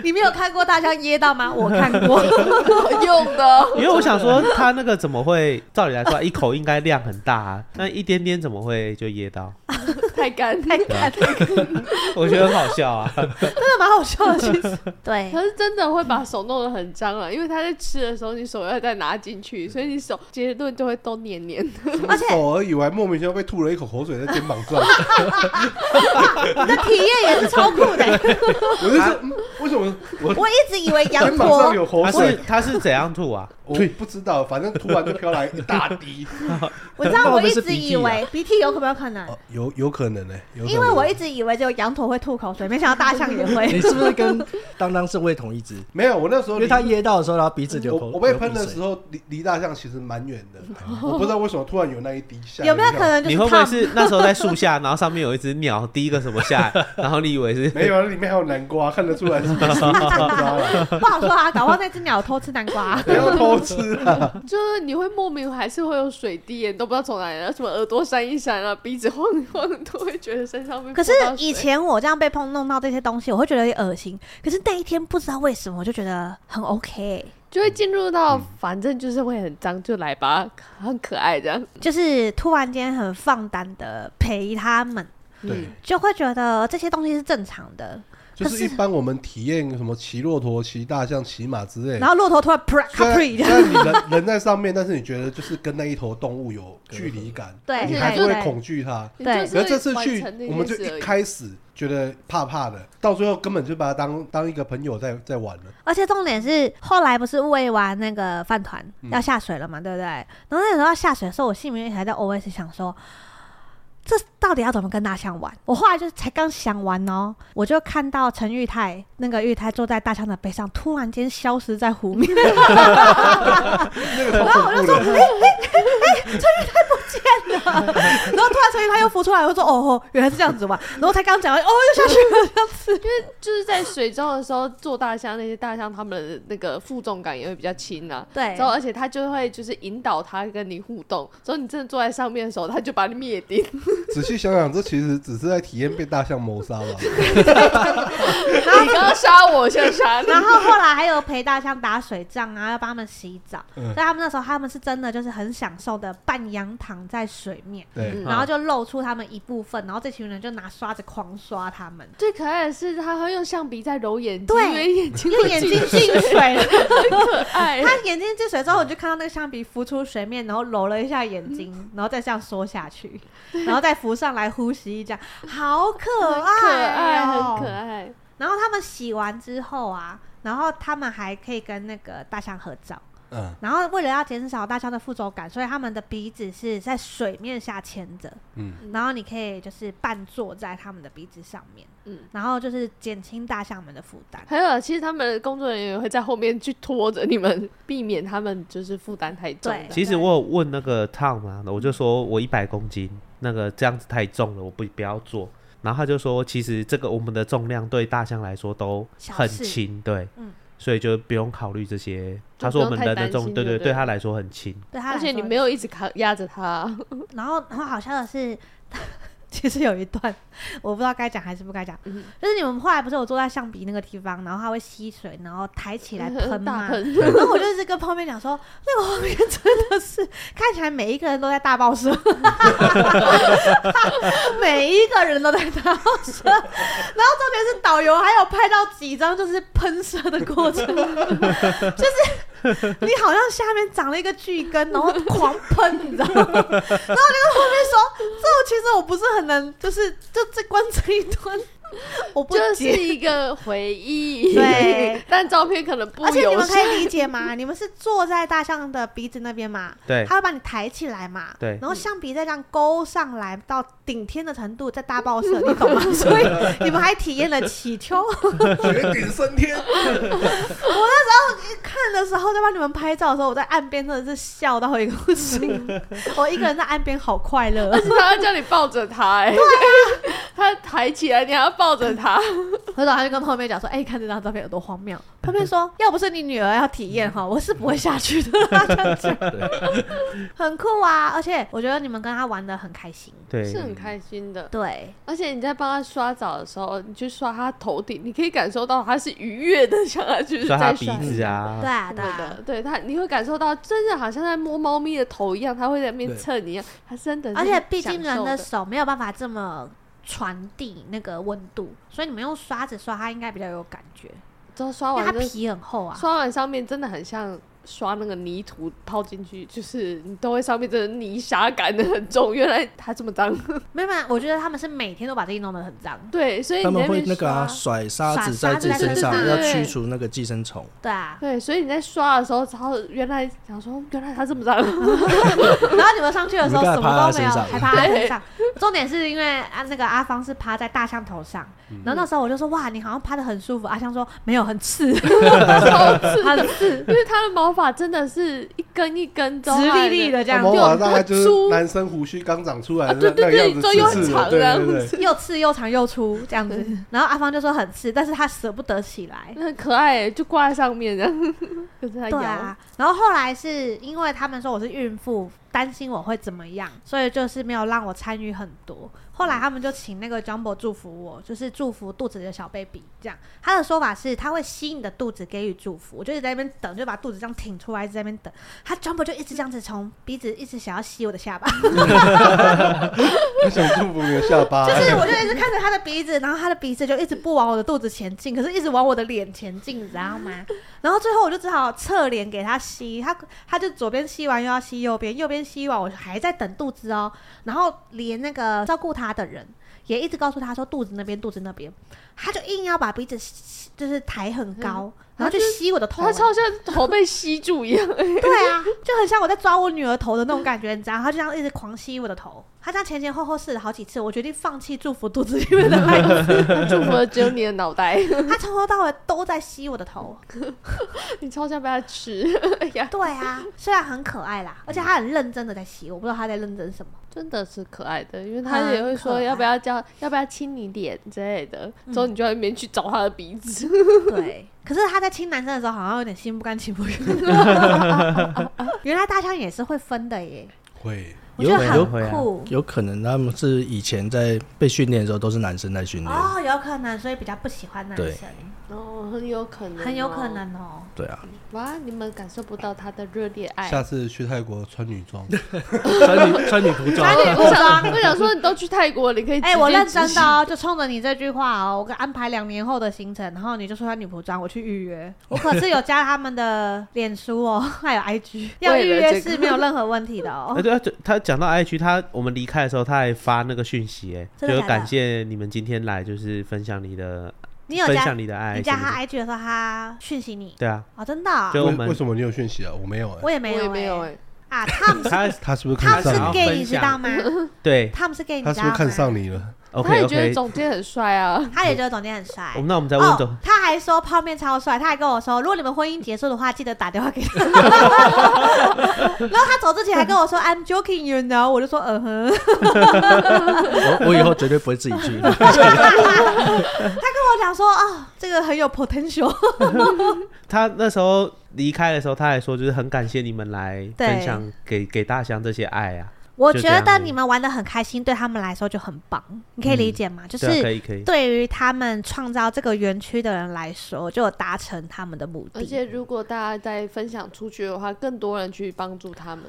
[SPEAKER 5] *laughs*
[SPEAKER 3] 你没有看过大象噎到吗？我看
[SPEAKER 6] *laughs*
[SPEAKER 3] 过，
[SPEAKER 5] 我用的。
[SPEAKER 6] 因为我想说他那个怎么会？照理来说，一口应该量很大、啊，那一点点怎么会就噎到？
[SPEAKER 5] 太干
[SPEAKER 3] 太
[SPEAKER 5] 太
[SPEAKER 3] *laughs*
[SPEAKER 6] 啊
[SPEAKER 3] 看
[SPEAKER 6] 我觉得很好
[SPEAKER 2] *laughs*
[SPEAKER 6] 笑啊。
[SPEAKER 3] 真的蛮好笑的，其实。
[SPEAKER 6] *laughs*
[SPEAKER 3] 对
[SPEAKER 5] 可，是真的会把手弄得很脏啊，因为他在吃的时候，你手要再拿进去，所以你手结论就会都黏黏
[SPEAKER 2] *laughs*
[SPEAKER 5] 的。
[SPEAKER 3] 而且
[SPEAKER 2] 手而已，哦我还莫名其妙被吐了一口口水在肩膀上，
[SPEAKER 3] 你的体验也是超酷的、
[SPEAKER 2] 我就说嗯为什么我
[SPEAKER 3] 我一直以为羊
[SPEAKER 2] 肩膀上
[SPEAKER 3] 驼，
[SPEAKER 2] 有口
[SPEAKER 6] 他是
[SPEAKER 2] 水？
[SPEAKER 6] 他是怎样吐啊？
[SPEAKER 2] 我不知道，反正突然就飘来一大
[SPEAKER 3] *laughs*
[SPEAKER 2] 滴，
[SPEAKER 3] 我知道
[SPEAKER 4] 那
[SPEAKER 3] 我
[SPEAKER 4] 会不
[SPEAKER 3] 一
[SPEAKER 4] 会是
[SPEAKER 3] 直
[SPEAKER 4] 鼻涕
[SPEAKER 3] 以为鼻涕有可没有可能？
[SPEAKER 2] 哦有有可能呢，有可能
[SPEAKER 3] 因为我一直以为只有羊驼会吐口水，没想到大象也会。
[SPEAKER 4] *laughs* 你是不是跟当当是喂同一只？
[SPEAKER 2] 没有，我那时候
[SPEAKER 4] 因为他噎到的时候，然后鼻子流
[SPEAKER 2] 我
[SPEAKER 4] 口，
[SPEAKER 2] 我被
[SPEAKER 4] 流鼻
[SPEAKER 2] 喷的
[SPEAKER 4] 水
[SPEAKER 2] 时候离离大象其实蛮远的，我不知道为什么突然有那一滴下来，
[SPEAKER 3] 有没有可能就
[SPEAKER 6] 你
[SPEAKER 3] 是
[SPEAKER 6] 会不会
[SPEAKER 3] 烫
[SPEAKER 6] 是那时候在树下，然后上面有一只鸟滴一个什么下来，然后你以为是
[SPEAKER 2] 没
[SPEAKER 6] *laughs*
[SPEAKER 2] 有，啊里面还有南瓜，看得出来是 *laughs* 不是南瓜
[SPEAKER 3] *laughs*
[SPEAKER 2] 啦
[SPEAKER 3] 不好说啊，搞不好那只鸟偷吃南瓜、
[SPEAKER 2] 不要偷吃啊！
[SPEAKER 5] 就是你会莫名还是会有水滴耶，你都不知道从哪里来，什么耳朵扇一扇啊，鼻子晃一晃，都会觉得身上被
[SPEAKER 3] 可
[SPEAKER 5] 泼到
[SPEAKER 3] 是
[SPEAKER 5] 水。
[SPEAKER 3] 以前我这样被碰弄到这些东西，我会觉得有点恶心。可是那一天不知道为什么，我就觉得很 OK，
[SPEAKER 5] 就会进入到，
[SPEAKER 2] 嗯
[SPEAKER 5] 反正就是会很脏，就来吧，很可爱这样。
[SPEAKER 3] 就是突然间很放胆的陪他们，
[SPEAKER 2] 对，
[SPEAKER 3] 就会觉得这些东西是正常的。
[SPEAKER 2] 就是一般我们体验什么骑骆驼、骑大象、骑马之类
[SPEAKER 3] 然。后骆驼突然
[SPEAKER 2] 虽
[SPEAKER 3] 啪咔
[SPEAKER 2] 然
[SPEAKER 3] 呸
[SPEAKER 2] 虽然你人人在上面，但是你觉得就是跟那一头动物有距离感，
[SPEAKER 3] 对
[SPEAKER 2] 你还是会
[SPEAKER 3] 对
[SPEAKER 2] 恐惧它。
[SPEAKER 5] 你
[SPEAKER 3] 对
[SPEAKER 5] 就是
[SPEAKER 2] 可是这次
[SPEAKER 5] 完
[SPEAKER 2] 去
[SPEAKER 5] 成那，
[SPEAKER 2] 我们就
[SPEAKER 5] 件事而
[SPEAKER 2] 一
[SPEAKER 5] 已
[SPEAKER 2] 开始觉得怕怕的，到最后根本就把它当当一个朋友在在玩了。
[SPEAKER 3] 而且重点是，后来不是喂完那个饭团
[SPEAKER 2] 嗯
[SPEAKER 3] 要下水了嘛，对不对？然后那时候要下水的时候，我心里面还在 OS 想说，这到底要怎么跟大象玩？我后来就才刚想完哦，我就看到陈玉泰那个玉泰坐在大象的背上，突然间消失在湖
[SPEAKER 2] *laughs*
[SPEAKER 3] 面，
[SPEAKER 2] 那个超恐怖的，
[SPEAKER 3] *laughs* 然后突然陈玉泰又浮出来，我说哦吼，原来是这样子玩。然后才刚讲完，哦又下去 *laughs* 了，
[SPEAKER 5] 就是在水中的时候做大象，那些大象它们的那个负重感也会比较轻啊。
[SPEAKER 3] 对
[SPEAKER 5] 之后而且它就会就是引导它跟你互动，之后你真的坐在上面的时候，它就把你灭
[SPEAKER 3] *laughs*
[SPEAKER 5] 顶。
[SPEAKER 2] 仔细想想，这其实只是在体验被大象谋杀吧。
[SPEAKER 5] 你刚刚杀我，现在杀你。
[SPEAKER 3] *laughs* 然后后来还有陪大象打水仗啊，要帮他们洗澡。
[SPEAKER 2] 嗯
[SPEAKER 3] 所以他们那时候他们是真的就是很享受的半仰躺在水面。
[SPEAKER 2] 对，
[SPEAKER 6] 啊
[SPEAKER 5] 嗯
[SPEAKER 3] 然后就露出他们一部分，然后这群人就拿刷子狂刷他们，
[SPEAKER 5] 最可爱的是，它会用橡皮在揉眼睛，
[SPEAKER 3] 对
[SPEAKER 5] 因为眼睛
[SPEAKER 3] 因为
[SPEAKER 5] 会
[SPEAKER 3] 眼睛
[SPEAKER 5] 进
[SPEAKER 3] 进水了，
[SPEAKER 5] 可
[SPEAKER 3] *laughs*
[SPEAKER 5] 爱。
[SPEAKER 3] 他眼睛进水之后，我就看到那个橡皮浮出水面，然后揉了一下眼睛，
[SPEAKER 5] 嗯
[SPEAKER 3] 然后再这样缩下去，然后再浮上来呼吸，这样好可
[SPEAKER 5] 可
[SPEAKER 3] 爱
[SPEAKER 5] 爱，
[SPEAKER 3] 哦、
[SPEAKER 5] 很可爱。
[SPEAKER 3] 然后他们洗完之后啊，然后他们还可以跟那个大象合照。
[SPEAKER 2] 嗯
[SPEAKER 3] 然后为了要减少大象的附着感，所以他们的鼻子是在水面下牵着，
[SPEAKER 2] 嗯，
[SPEAKER 3] 然后你可以就是半坐在他们的鼻子上面，
[SPEAKER 5] 嗯
[SPEAKER 3] 然后就是减轻大象们的负担。
[SPEAKER 5] 还有啊，其实他们的工作人员也会在后面去拖着你们，避免他们就是负担太重
[SPEAKER 3] 对
[SPEAKER 5] 的。
[SPEAKER 6] 其实我有问那个 Tom 啊，我就说我一百公斤，那个这样子太重了，我不不要做。然后他就说，其实这个我们的重量对大象来说都很
[SPEAKER 3] 小事
[SPEAKER 6] 轻，对，
[SPEAKER 3] 嗯
[SPEAKER 6] 所以就不用考虑这些。
[SPEAKER 5] 就
[SPEAKER 6] 他说我
[SPEAKER 5] 不用
[SPEAKER 6] 们
[SPEAKER 5] 太
[SPEAKER 6] 人的
[SPEAKER 5] 担
[SPEAKER 6] 重，
[SPEAKER 5] 心
[SPEAKER 6] 对
[SPEAKER 5] 就
[SPEAKER 6] 对，
[SPEAKER 5] 对
[SPEAKER 6] 对
[SPEAKER 5] 了
[SPEAKER 6] 他来说很轻。
[SPEAKER 3] 对他，
[SPEAKER 5] 而且你没。有一直扛压着
[SPEAKER 3] *laughs*
[SPEAKER 5] 他，
[SPEAKER 3] 然后很好笑的是， *laughs* 其实有一段我不知道该讲还是不该讲，
[SPEAKER 5] 嗯
[SPEAKER 3] 就是你们后来不是有坐在象鼻那个地方，然后它会吸水，然后抬起来喷
[SPEAKER 5] 嗯大
[SPEAKER 3] 吗？
[SPEAKER 5] 喷，
[SPEAKER 6] 对
[SPEAKER 3] *laughs* 然后我就是跟泡面讲说，那个画面真的是看起来每一个人都在大爆射， *laughs* 每一个人都在大爆射。然后重点是导游还有拍到几张就是喷射的过程，就是你好像下面长了一个巨根，然后狂喷，你知道吗？然后我就跟后面说，这我其实我不是很能，就是就这关这一段， *laughs* 我不
[SPEAKER 5] 就
[SPEAKER 3] 解
[SPEAKER 5] 是一个回 *laughs* 忆。
[SPEAKER 3] 对，
[SPEAKER 5] 但照片可能不
[SPEAKER 3] 而且你
[SPEAKER 5] 友
[SPEAKER 3] 们可
[SPEAKER 5] 善。
[SPEAKER 3] 以理
[SPEAKER 6] *laughs*
[SPEAKER 3] 解吗？你们是坐在大象的鼻子那边嘛？
[SPEAKER 6] 对
[SPEAKER 3] 它会把你抬起来嘛？
[SPEAKER 6] 对
[SPEAKER 3] 然后象鼻再这样勾上来到顶天的程度，再大爆射，你
[SPEAKER 6] *laughs*
[SPEAKER 3] 懂吗？所以你们还体验了起秋。我
[SPEAKER 2] 绝顶升
[SPEAKER 3] *laughs*
[SPEAKER 2] 天，
[SPEAKER 3] 那时候看的时候，在帮你们拍照的时候，我在岸边真的是笑到一个不
[SPEAKER 6] *laughs*
[SPEAKER 3] 行。我一个人在岸边好快乐。
[SPEAKER 5] 而且他要叫你抱着他、哎，他抬起来，你还要抱着他，
[SPEAKER 3] 何导他就跟泡面讲说：“哎、看这张照片有多荒谬。”泡面说：“要不是你女儿要体验哈，我是不会下去的。” *laughs* 他这样讲， *laughs* 很酷啊！而且我觉得你们跟他玩的很开心。
[SPEAKER 6] 对
[SPEAKER 5] 是，很开心的。
[SPEAKER 3] 对，
[SPEAKER 5] 而且你在帮他刷澡的时候，你去刷他头顶，你可以感受到他是愉悦的，想要就是
[SPEAKER 6] 抓他
[SPEAKER 5] 在
[SPEAKER 6] 鼻子
[SPEAKER 3] *laughs*
[SPEAKER 6] 啊
[SPEAKER 3] 对，啊，对
[SPEAKER 5] 对
[SPEAKER 3] 啊
[SPEAKER 5] 的，。对他，你会感受到真的好像在摸猫咪的头一样，它会在那边
[SPEAKER 4] 对
[SPEAKER 5] 蹭你一样，它真的是
[SPEAKER 3] 而且毕竟
[SPEAKER 5] 享
[SPEAKER 3] 人
[SPEAKER 5] 受
[SPEAKER 3] 的
[SPEAKER 5] 的
[SPEAKER 3] 手没有办法这么传递那个温度，所以你们用刷子刷它应该比较有感觉，
[SPEAKER 5] 之后刷
[SPEAKER 3] 因为
[SPEAKER 5] 完
[SPEAKER 3] 它
[SPEAKER 5] 这
[SPEAKER 3] 皮很厚啊。
[SPEAKER 5] 刷完上面真的很像刷那个泥土泡进去，就是你都会上面真的泥沙感的很重，原来它这么脏，
[SPEAKER 3] 没有没有，我觉得他们是每天都把自己弄得很脏。
[SPEAKER 5] 对，所以
[SPEAKER 4] 他
[SPEAKER 5] 你在
[SPEAKER 4] 们会
[SPEAKER 5] 边
[SPEAKER 4] 那个啊，
[SPEAKER 5] 刷
[SPEAKER 4] 甩沙子
[SPEAKER 3] 甩沙
[SPEAKER 4] 在
[SPEAKER 3] 子
[SPEAKER 4] 自己
[SPEAKER 3] 在
[SPEAKER 4] 身
[SPEAKER 3] 自己
[SPEAKER 4] 上，
[SPEAKER 5] 身上
[SPEAKER 4] 要
[SPEAKER 5] 对，
[SPEAKER 4] 去除那个寄生虫。
[SPEAKER 3] 对啊
[SPEAKER 5] 对，所以你在刷的时候，然后原来想说，原来它这么脏，
[SPEAKER 3] 然后你们上去的时候
[SPEAKER 4] 你们
[SPEAKER 3] 什
[SPEAKER 4] 刚才趴
[SPEAKER 3] 么
[SPEAKER 4] 在
[SPEAKER 3] 都没有，
[SPEAKER 4] 身上
[SPEAKER 3] 还趴在身上。重点是因为啊，那个阿芳是趴在大象头上，
[SPEAKER 4] 嗯
[SPEAKER 3] 然后那时候我就说哇，你好像趴的很舒服。阿香说没有，很刺，
[SPEAKER 5] 超刺
[SPEAKER 3] 很
[SPEAKER 5] 的，
[SPEAKER 3] 刺，
[SPEAKER 5] 因为它的毛发真的是一根一根之后
[SPEAKER 3] 直
[SPEAKER 5] 它
[SPEAKER 3] 立
[SPEAKER 5] 还
[SPEAKER 3] 立
[SPEAKER 5] 能
[SPEAKER 3] 的这样
[SPEAKER 2] 毛，发大概就是
[SPEAKER 5] 猪
[SPEAKER 2] 男生胡须刚长出来
[SPEAKER 5] 啊对
[SPEAKER 2] 的那
[SPEAKER 5] 对
[SPEAKER 2] 那个
[SPEAKER 5] 对
[SPEAKER 2] 样子，
[SPEAKER 5] 都
[SPEAKER 2] 刺
[SPEAKER 5] 有
[SPEAKER 2] 刺
[SPEAKER 5] 长啊
[SPEAKER 2] 的，对
[SPEAKER 5] 然后
[SPEAKER 2] 对对，
[SPEAKER 3] 又刺又长又粗这样子。然后阿芳就说很刺，但是她舍不得起来。
[SPEAKER 5] 那很可爱耶，就挂在上面这样，跟着它摇。
[SPEAKER 3] 对啊，然后后来是因为他们说我是孕妇，担心我会怎么样，所以就是没有让我参与很多。后来他们就请那个 Jumbo 祝福我，就是祝福肚子里的小 baby。这样，他的说法是他会吸你的肚子给予祝福。我就一直在那边等，就把肚子这样挺出来，一直在那边等。他 Jumbo 就一直这样子从鼻子一直想要吸我的下巴，
[SPEAKER 2] 我想祝福你的下巴，
[SPEAKER 3] *laughs* 就是我就一直看着他的鼻子，然后他的鼻子就一直不往我的肚子前进，可是一直往我的脸前进，你知道吗？然后最后我就只好侧脸给他吸，他他就左边吸完又要吸右边，右边吸完我还在等肚子哦，然后连那个照顾他的人也一直告诉他说肚子那边肚子那边，他就硬要把鼻子吸就是抬很高，然后就吸我的头、欸
[SPEAKER 5] 它超像头被吸住一样，
[SPEAKER 3] 对啊，就很像我在抓我女儿头的那种感觉，你知道？她就这样一直狂吸我的头，她这样前前后后试了好几次，我决定放弃祝福肚子里面的孩子，
[SPEAKER 5] 它祝福了只有你的脑袋，
[SPEAKER 3] 她从头到尾都在吸我的头。
[SPEAKER 5] 你超像被它吃。哎呀，
[SPEAKER 3] 对啊，虽然很可爱啦，而且她很认真的在吸，我不知道她在认真什么。
[SPEAKER 5] 真的是可爱的，因为
[SPEAKER 3] 很
[SPEAKER 5] 它也会
[SPEAKER 3] 可
[SPEAKER 5] 说
[SPEAKER 3] 爱
[SPEAKER 5] 要不要叫，要不要亲你脸之类的，之后你就在那边去找它的鼻子，
[SPEAKER 3] 对，可是她在亲男生的时候好像有点心不甘情不愿。 *laughs* 原来大象也是会分的耶，
[SPEAKER 2] 会
[SPEAKER 3] 我觉得
[SPEAKER 6] 有有会
[SPEAKER 3] 很
[SPEAKER 6] 啊
[SPEAKER 3] 酷。
[SPEAKER 4] 有可能他们是以前在被训练的时候都是男生在训练，
[SPEAKER 3] 哦，有可能，所以比较不喜欢男
[SPEAKER 4] 啊对
[SPEAKER 3] 生，
[SPEAKER 5] *laughs* 哦，很有可能，
[SPEAKER 3] 很有可。能哦。
[SPEAKER 4] 对啊，
[SPEAKER 5] 哇，你们感受不到它的热烈爱。
[SPEAKER 2] 下次去泰国穿女装，
[SPEAKER 4] 穿女穿女服装
[SPEAKER 3] 男女不
[SPEAKER 5] 我
[SPEAKER 3] 装
[SPEAKER 5] *laughs* 想，我想说，你都去泰国，你可以
[SPEAKER 3] 哎、
[SPEAKER 5] 直接
[SPEAKER 3] 我认真
[SPEAKER 5] 执
[SPEAKER 3] 的
[SPEAKER 5] 行
[SPEAKER 3] 哦，就冲着你这句话哦，我给安排两年后的行程，然后你就说穿女仆装，我去预约。我可是有加他们的脸书哦， *laughs* 还有 IG，要预
[SPEAKER 5] 为了这
[SPEAKER 3] 约
[SPEAKER 5] 个
[SPEAKER 3] 是没有任何问题的哦 *laughs*
[SPEAKER 6] 哎。对啊，就他讲到 IG，他我们离开的时候，他还发那个讯息、哎，
[SPEAKER 3] 真的
[SPEAKER 6] 就是
[SPEAKER 3] 假的
[SPEAKER 6] 感谢你们今天来，就是分享你的
[SPEAKER 3] 你有
[SPEAKER 6] 分
[SPEAKER 3] 加
[SPEAKER 6] 享你的爱
[SPEAKER 3] 你
[SPEAKER 6] 什
[SPEAKER 3] 加
[SPEAKER 6] 么
[SPEAKER 3] 他
[SPEAKER 6] 的，
[SPEAKER 3] IG 的时候，他讯息你
[SPEAKER 6] 对啊，
[SPEAKER 3] 哦，真的哦、
[SPEAKER 6] 就我
[SPEAKER 2] 为
[SPEAKER 6] 们
[SPEAKER 2] 为什么你有讯息啊？我没有哎、
[SPEAKER 3] 我也没
[SPEAKER 5] 我也
[SPEAKER 3] 有
[SPEAKER 5] 没有
[SPEAKER 3] 哎、
[SPEAKER 5] 哎，
[SPEAKER 3] 啊，他们
[SPEAKER 6] 他
[SPEAKER 2] 他是不是
[SPEAKER 3] *laughs* 他
[SPEAKER 2] 看
[SPEAKER 3] 们是
[SPEAKER 6] 想
[SPEAKER 2] 上
[SPEAKER 6] 要
[SPEAKER 2] 你？
[SPEAKER 3] gay，你
[SPEAKER 6] 分
[SPEAKER 3] 知
[SPEAKER 6] 享
[SPEAKER 3] 道吗？
[SPEAKER 6] 对
[SPEAKER 3] 他们是 gay，你
[SPEAKER 2] 他
[SPEAKER 3] 啊知
[SPEAKER 2] 是
[SPEAKER 3] 道
[SPEAKER 2] 不是看
[SPEAKER 3] 吗？
[SPEAKER 2] 上你了？
[SPEAKER 5] 他
[SPEAKER 6] ，OK
[SPEAKER 5] 也觉得
[SPEAKER 6] OK，
[SPEAKER 5] 总监很帅 *laughs* 啊，
[SPEAKER 3] 他也觉得总监很帅。
[SPEAKER 6] 那我们再问总
[SPEAKER 3] 哦，他还说泡面超帅，他还跟我说，如果你们婚姻结束的话，记得打电话给他。 *laughs* 然后他走之前还跟我说 I'm joking, you know，我就说嗯哼。 *laughs*
[SPEAKER 4] 哦我我以后绝对不会自己去。
[SPEAKER 3] 跟我讲说哦，这个很有
[SPEAKER 6] *laughs*
[SPEAKER 3] potential。
[SPEAKER 6] 他那时候离开的时候，他还说就是很感谢你们来
[SPEAKER 3] 对
[SPEAKER 6] 分享给给大香这些爱啊，
[SPEAKER 3] 我
[SPEAKER 6] 就
[SPEAKER 3] 觉
[SPEAKER 6] 这样
[SPEAKER 3] 得
[SPEAKER 6] 而已
[SPEAKER 3] 你们玩的很开心，对他们来说就很棒，你可以理解吗？就
[SPEAKER 6] 对啊，可
[SPEAKER 3] 是
[SPEAKER 6] 以可以，
[SPEAKER 3] 对于他们创造这个园区的人来说，就有达成他们的目
[SPEAKER 5] 而
[SPEAKER 3] 的。
[SPEAKER 5] 且如果大家再分享出去的话，更多人去帮助他们。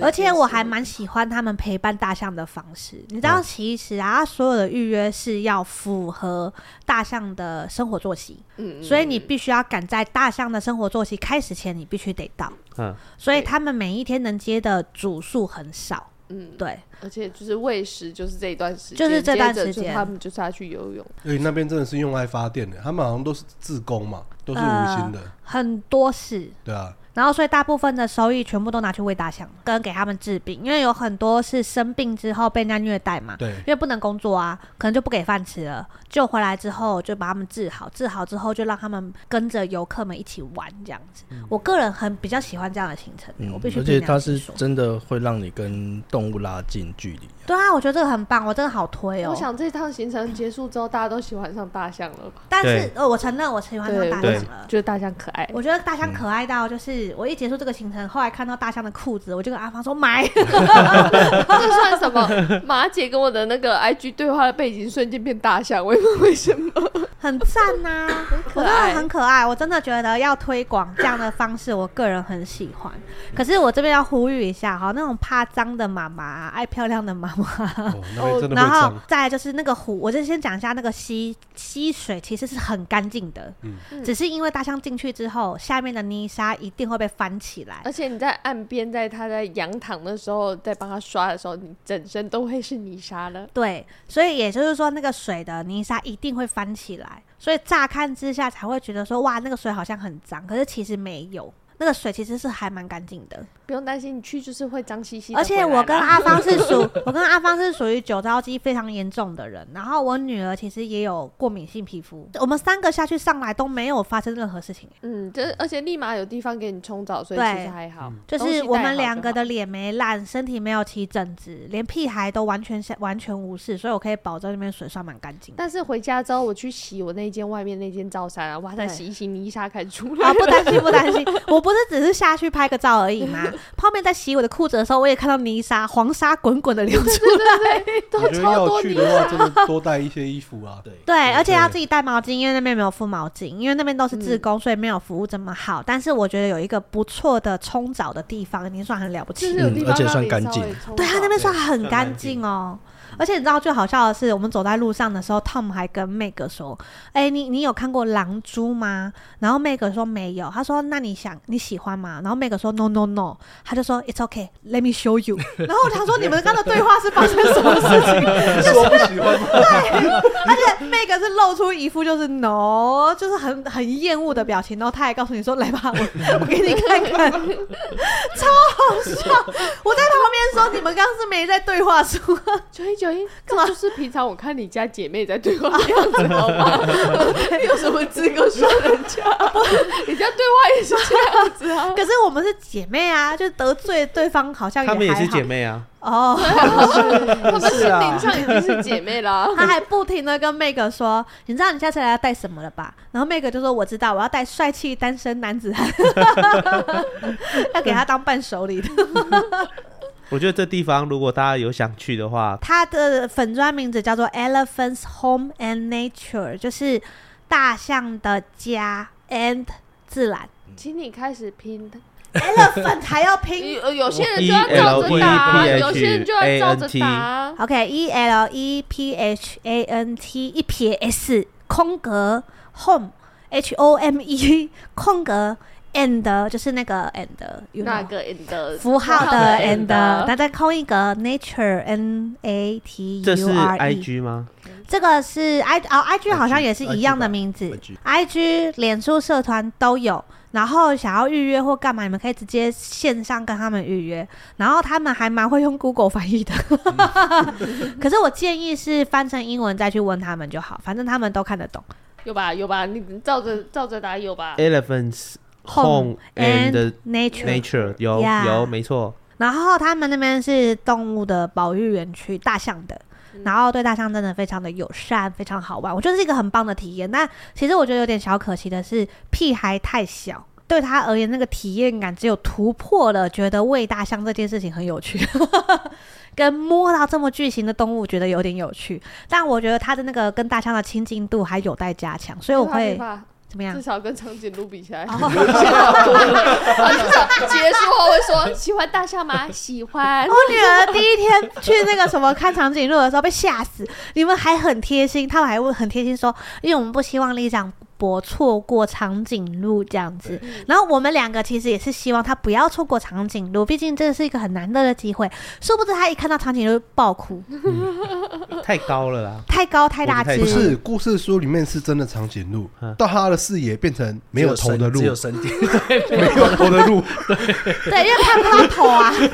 [SPEAKER 3] 而且我还蛮喜欢他们陪伴大象的方式。你知
[SPEAKER 5] 嗯
[SPEAKER 3] 道，其实啊，它所有的预约是要符合大象的生活作息，
[SPEAKER 5] 嗯，嗯
[SPEAKER 3] 所以你必须要赶在大象的生活作息开始前，你必须得到。
[SPEAKER 6] 嗯，
[SPEAKER 3] 所以
[SPEAKER 5] 对
[SPEAKER 3] 他们每一天能接的组数很少，
[SPEAKER 5] 嗯，
[SPEAKER 3] 对。
[SPEAKER 5] 而且就是喂食，就是这一段时间，
[SPEAKER 3] 就是这段时间
[SPEAKER 5] 接着就他们就是要去游泳，
[SPEAKER 2] 因为那边真的是用爱发电的，他们好像都是自工嘛，都是无薪
[SPEAKER 3] 嗯
[SPEAKER 2] 的，
[SPEAKER 3] 很多事，
[SPEAKER 2] 对啊，
[SPEAKER 3] 然后所以大部分的收益全部都拿去喂大象，跟给他们治病，因为有很多是生病之后被人家虐待嘛，
[SPEAKER 2] 对
[SPEAKER 3] 因为不能工作啊，可能就不给饭吃了。救回来之后就把他们治好，治好之后就让他们跟着游客们一起玩这样子。我个人很比较喜欢这样的行程，我必须
[SPEAKER 4] 嗯而
[SPEAKER 3] 凭
[SPEAKER 4] 且
[SPEAKER 3] 良
[SPEAKER 4] 它
[SPEAKER 3] 心
[SPEAKER 4] 是
[SPEAKER 3] 说
[SPEAKER 4] 真的会让你跟动物拉近距离。
[SPEAKER 3] 对啊，我觉得这个很棒，我真的好推哦。
[SPEAKER 5] 我想这趟行程结束之后，大家都喜欢上大象了吧？
[SPEAKER 3] 但是
[SPEAKER 6] 对
[SPEAKER 3] 呃，我承认我喜欢上
[SPEAKER 5] 对
[SPEAKER 3] 大
[SPEAKER 6] 对
[SPEAKER 3] 象了。
[SPEAKER 5] 觉得大象可
[SPEAKER 3] *laughs*
[SPEAKER 5] 爱，
[SPEAKER 3] 我觉得大
[SPEAKER 4] 嗯
[SPEAKER 3] 象可爱到，就是我一结束这个行程，后来看到大象的裤子，我就跟阿芳说买。
[SPEAKER 5] 这算什么？马姐跟我的那个 IG 对话的背景瞬间变大象，我也不知道为什么。
[SPEAKER 3] 很赞呐、我
[SPEAKER 5] 可
[SPEAKER 3] 真的
[SPEAKER 5] 爱
[SPEAKER 3] 很可爱，我真的觉得要推广这样的方式，我个人很喜欢。可是我这边要呼吁一下哈，那种怕脏的妈妈、爱漂亮的妈妈，
[SPEAKER 2] 哦，那
[SPEAKER 3] *laughs*
[SPEAKER 2] 边真的
[SPEAKER 3] 然
[SPEAKER 2] 会
[SPEAKER 3] 后
[SPEAKER 2] 脏，
[SPEAKER 3] 再来就是那个湖，我就先讲一下那个溪溪水其实是很干净的，
[SPEAKER 2] 嗯
[SPEAKER 3] 只是因为大象进去之后，下面的泥沙一定会被翻起来。
[SPEAKER 5] 而且你在岸边，在他在仰躺的时候，在帮他刷的时候，你整身都会是泥沙了。
[SPEAKER 3] 对，所以也就是说，那个水的泥沙一定会翻起来，所以乍看之下才会觉得说，哇，那个水好像很脏，可是其实没有，那个水其实是还蛮干净的。
[SPEAKER 5] 不用担心，你去就是会脏兮兮的
[SPEAKER 3] 而
[SPEAKER 5] 回来
[SPEAKER 3] 且
[SPEAKER 5] 啦。
[SPEAKER 3] 我跟阿芳是属，
[SPEAKER 5] *laughs*
[SPEAKER 3] 我跟阿芳是属于酒糟肌非常严重的人，然后我女儿其实也有过敏性皮肤，我们三个下去上来都没有发生任何事情，
[SPEAKER 5] 嗯，就是而且立马有地方给你冲澡，所以
[SPEAKER 3] 对
[SPEAKER 5] 其实还好。
[SPEAKER 3] 就是我们两个的脸没烂，身体没有起疹子，连屁孩都完全完全无视，所以我可以保证那边水算蛮干净的。
[SPEAKER 5] 但是回家之后，我去洗我那间外面那间罩衫啊，哇塞，
[SPEAKER 3] 对
[SPEAKER 5] 洗一洗泥沙开始出
[SPEAKER 3] *laughs*
[SPEAKER 5] 来
[SPEAKER 3] 啊，不
[SPEAKER 5] 了。
[SPEAKER 3] 担心不担心，我不是只是下去拍个照而已吗？泡面在洗我的裤子的时候，我也看到泥沙、黄沙滚滚的流出来。
[SPEAKER 5] *laughs* 都
[SPEAKER 2] 我觉得
[SPEAKER 5] 超
[SPEAKER 2] 要
[SPEAKER 5] 多
[SPEAKER 2] 去
[SPEAKER 5] 泥
[SPEAKER 2] 的话，真的多带一些衣服啊。
[SPEAKER 4] 对
[SPEAKER 3] 对，而且要自己带毛巾，因为那边没有附毛巾，因为那边都是自工，所以没有服务这么好。但是我觉得有一个不错的冲澡的地方，已经算很了不
[SPEAKER 5] 就
[SPEAKER 3] 起
[SPEAKER 5] 是
[SPEAKER 3] 了。
[SPEAKER 5] 有
[SPEAKER 4] 嗯
[SPEAKER 5] 地方
[SPEAKER 4] 而且
[SPEAKER 5] 让
[SPEAKER 4] 算
[SPEAKER 5] 你
[SPEAKER 4] 干
[SPEAKER 5] 稍微
[SPEAKER 4] 净
[SPEAKER 5] 冲
[SPEAKER 3] 对
[SPEAKER 5] 澡
[SPEAKER 3] 他那边算
[SPEAKER 6] 对
[SPEAKER 3] 很干
[SPEAKER 6] 算干
[SPEAKER 3] 净
[SPEAKER 6] 净
[SPEAKER 3] 哦。而且你知道最好笑的是，我们走在路上的时候，Tom 还跟 Meg 说：“哎、你你有看过狼蛛吗？”然后 Meg 说没有，他说：“那你想你喜欢吗？”然后 Meg 说：“No No No。”他就说：“It's okay, let me show you。”然后他说：“你们刚刚的对话是发生什么事情？”
[SPEAKER 2] 说不喜欢吗？
[SPEAKER 3] 而且 Meg 是露出一副就是 no，就是很很厌恶的表情，然后他还告诉你说：“来吧，我我给你看看。” *laughs* 超好笑！我在旁边说：“你们刚刚是没在对话书啊
[SPEAKER 5] 九一九一，
[SPEAKER 3] 干嘛
[SPEAKER 5] 这就是平常我看你家姐妹在对话的样子，好吗？ *laughs* 有什么资格说人
[SPEAKER 3] *laughs*
[SPEAKER 5] 家？人家对话也是这样子啊？”。
[SPEAKER 3] 可是我们是姐妹啊，就得罪对方好像
[SPEAKER 6] 他们也
[SPEAKER 3] 还
[SPEAKER 6] 是
[SPEAKER 3] 好
[SPEAKER 6] 姐妹啊，
[SPEAKER 3] 哦。
[SPEAKER 5] 他们心灵上已经是姐妹啊
[SPEAKER 4] 啊
[SPEAKER 5] 啦。
[SPEAKER 3] 他还不停的跟 Meg 说：“你知道你下次来要带什么了吧？”然后 Meg 就说：“我知道，我要带帅气单身男子汉， *laughs* 要给他当伴手礼的。”
[SPEAKER 6] 我觉得这地方如果大家有想去的话，
[SPEAKER 3] 它的粉砖名字叫做 Elephants Home and Nature，就是大象的家 and 自然。
[SPEAKER 5] 请你开始拼，
[SPEAKER 3] Elephant 还要拼
[SPEAKER 5] 有有些人就要照着
[SPEAKER 4] 哦
[SPEAKER 5] 打啊，
[SPEAKER 6] E L E P H A N T
[SPEAKER 5] 有些人就要照着打啊。
[SPEAKER 3] ，OK E L E P H A N T 一撇 S 空格 home H O M E *laughs* 空格 and 就是那个 and you
[SPEAKER 5] 那
[SPEAKER 3] know。
[SPEAKER 5] 个 and
[SPEAKER 3] 符号的 and，
[SPEAKER 5] 那个
[SPEAKER 3] 那再空一格 nature n a t
[SPEAKER 6] 这是
[SPEAKER 3] u r
[SPEAKER 6] I
[SPEAKER 3] e，
[SPEAKER 6] G 吗？
[SPEAKER 3] 这个是 i 哦，IG 好像也是一样的名字
[SPEAKER 4] IG
[SPEAKER 3] ，IG、脸书社团都有。然后想要预约或干嘛，你们可以直接线上跟他们预约。然后他们还蛮会用 Google 翻译的，可是我建议是翻成英文再去问他们就好，反正他们都看得懂。
[SPEAKER 5] 有吧有吧，你照着照着打有吧。
[SPEAKER 3] 呃
[SPEAKER 6] Elephants Home and
[SPEAKER 3] nature，
[SPEAKER 6] Nature 有
[SPEAKER 3] Yeah
[SPEAKER 6] 有没错，
[SPEAKER 3] 然后他们那边是动物的保育园区，大象的。然后对大象真的非常的友善，非常好玩，我觉得是一个很棒的体验。但其实我觉得有点小可惜的是，屁孩太小，对他而言那个体验感只有突破了，觉得喂大象这件事情很有趣，跟摸到这么巨型的动物觉得有点有趣。但我觉得他的那个跟大象的亲近度还有待加强，所以我
[SPEAKER 5] 没
[SPEAKER 3] 会
[SPEAKER 5] 办法
[SPEAKER 3] 怎么样
[SPEAKER 5] 至？少跟长颈鹿比起来，
[SPEAKER 3] 哦
[SPEAKER 5] 现在好多了。啊至少结束后会说喜欢大象吗？喜欢 *laughs*
[SPEAKER 3] 我。女儿第一天去那个什么看长颈鹿的时候被吓死，你们还很贴心，他们还会很贴心说，因为我们不希望丽长博错过长颈鹿这样子。然后我们两个其实也是希望她不要错过长颈鹿，毕竟这是一个很难得的机会。殊不知她一看到长颈鹿就爆哭，
[SPEAKER 6] 太高了啦。
[SPEAKER 3] 太高太大只，
[SPEAKER 2] 不是故事书里面是真的长颈鹿
[SPEAKER 6] 嗯，
[SPEAKER 2] 到他的视野变成没有头的鹿
[SPEAKER 4] 只，
[SPEAKER 2] *laughs*
[SPEAKER 4] 有身体，
[SPEAKER 2] 没有头的鹿，
[SPEAKER 3] 对，因为看不到头啊。
[SPEAKER 5] 车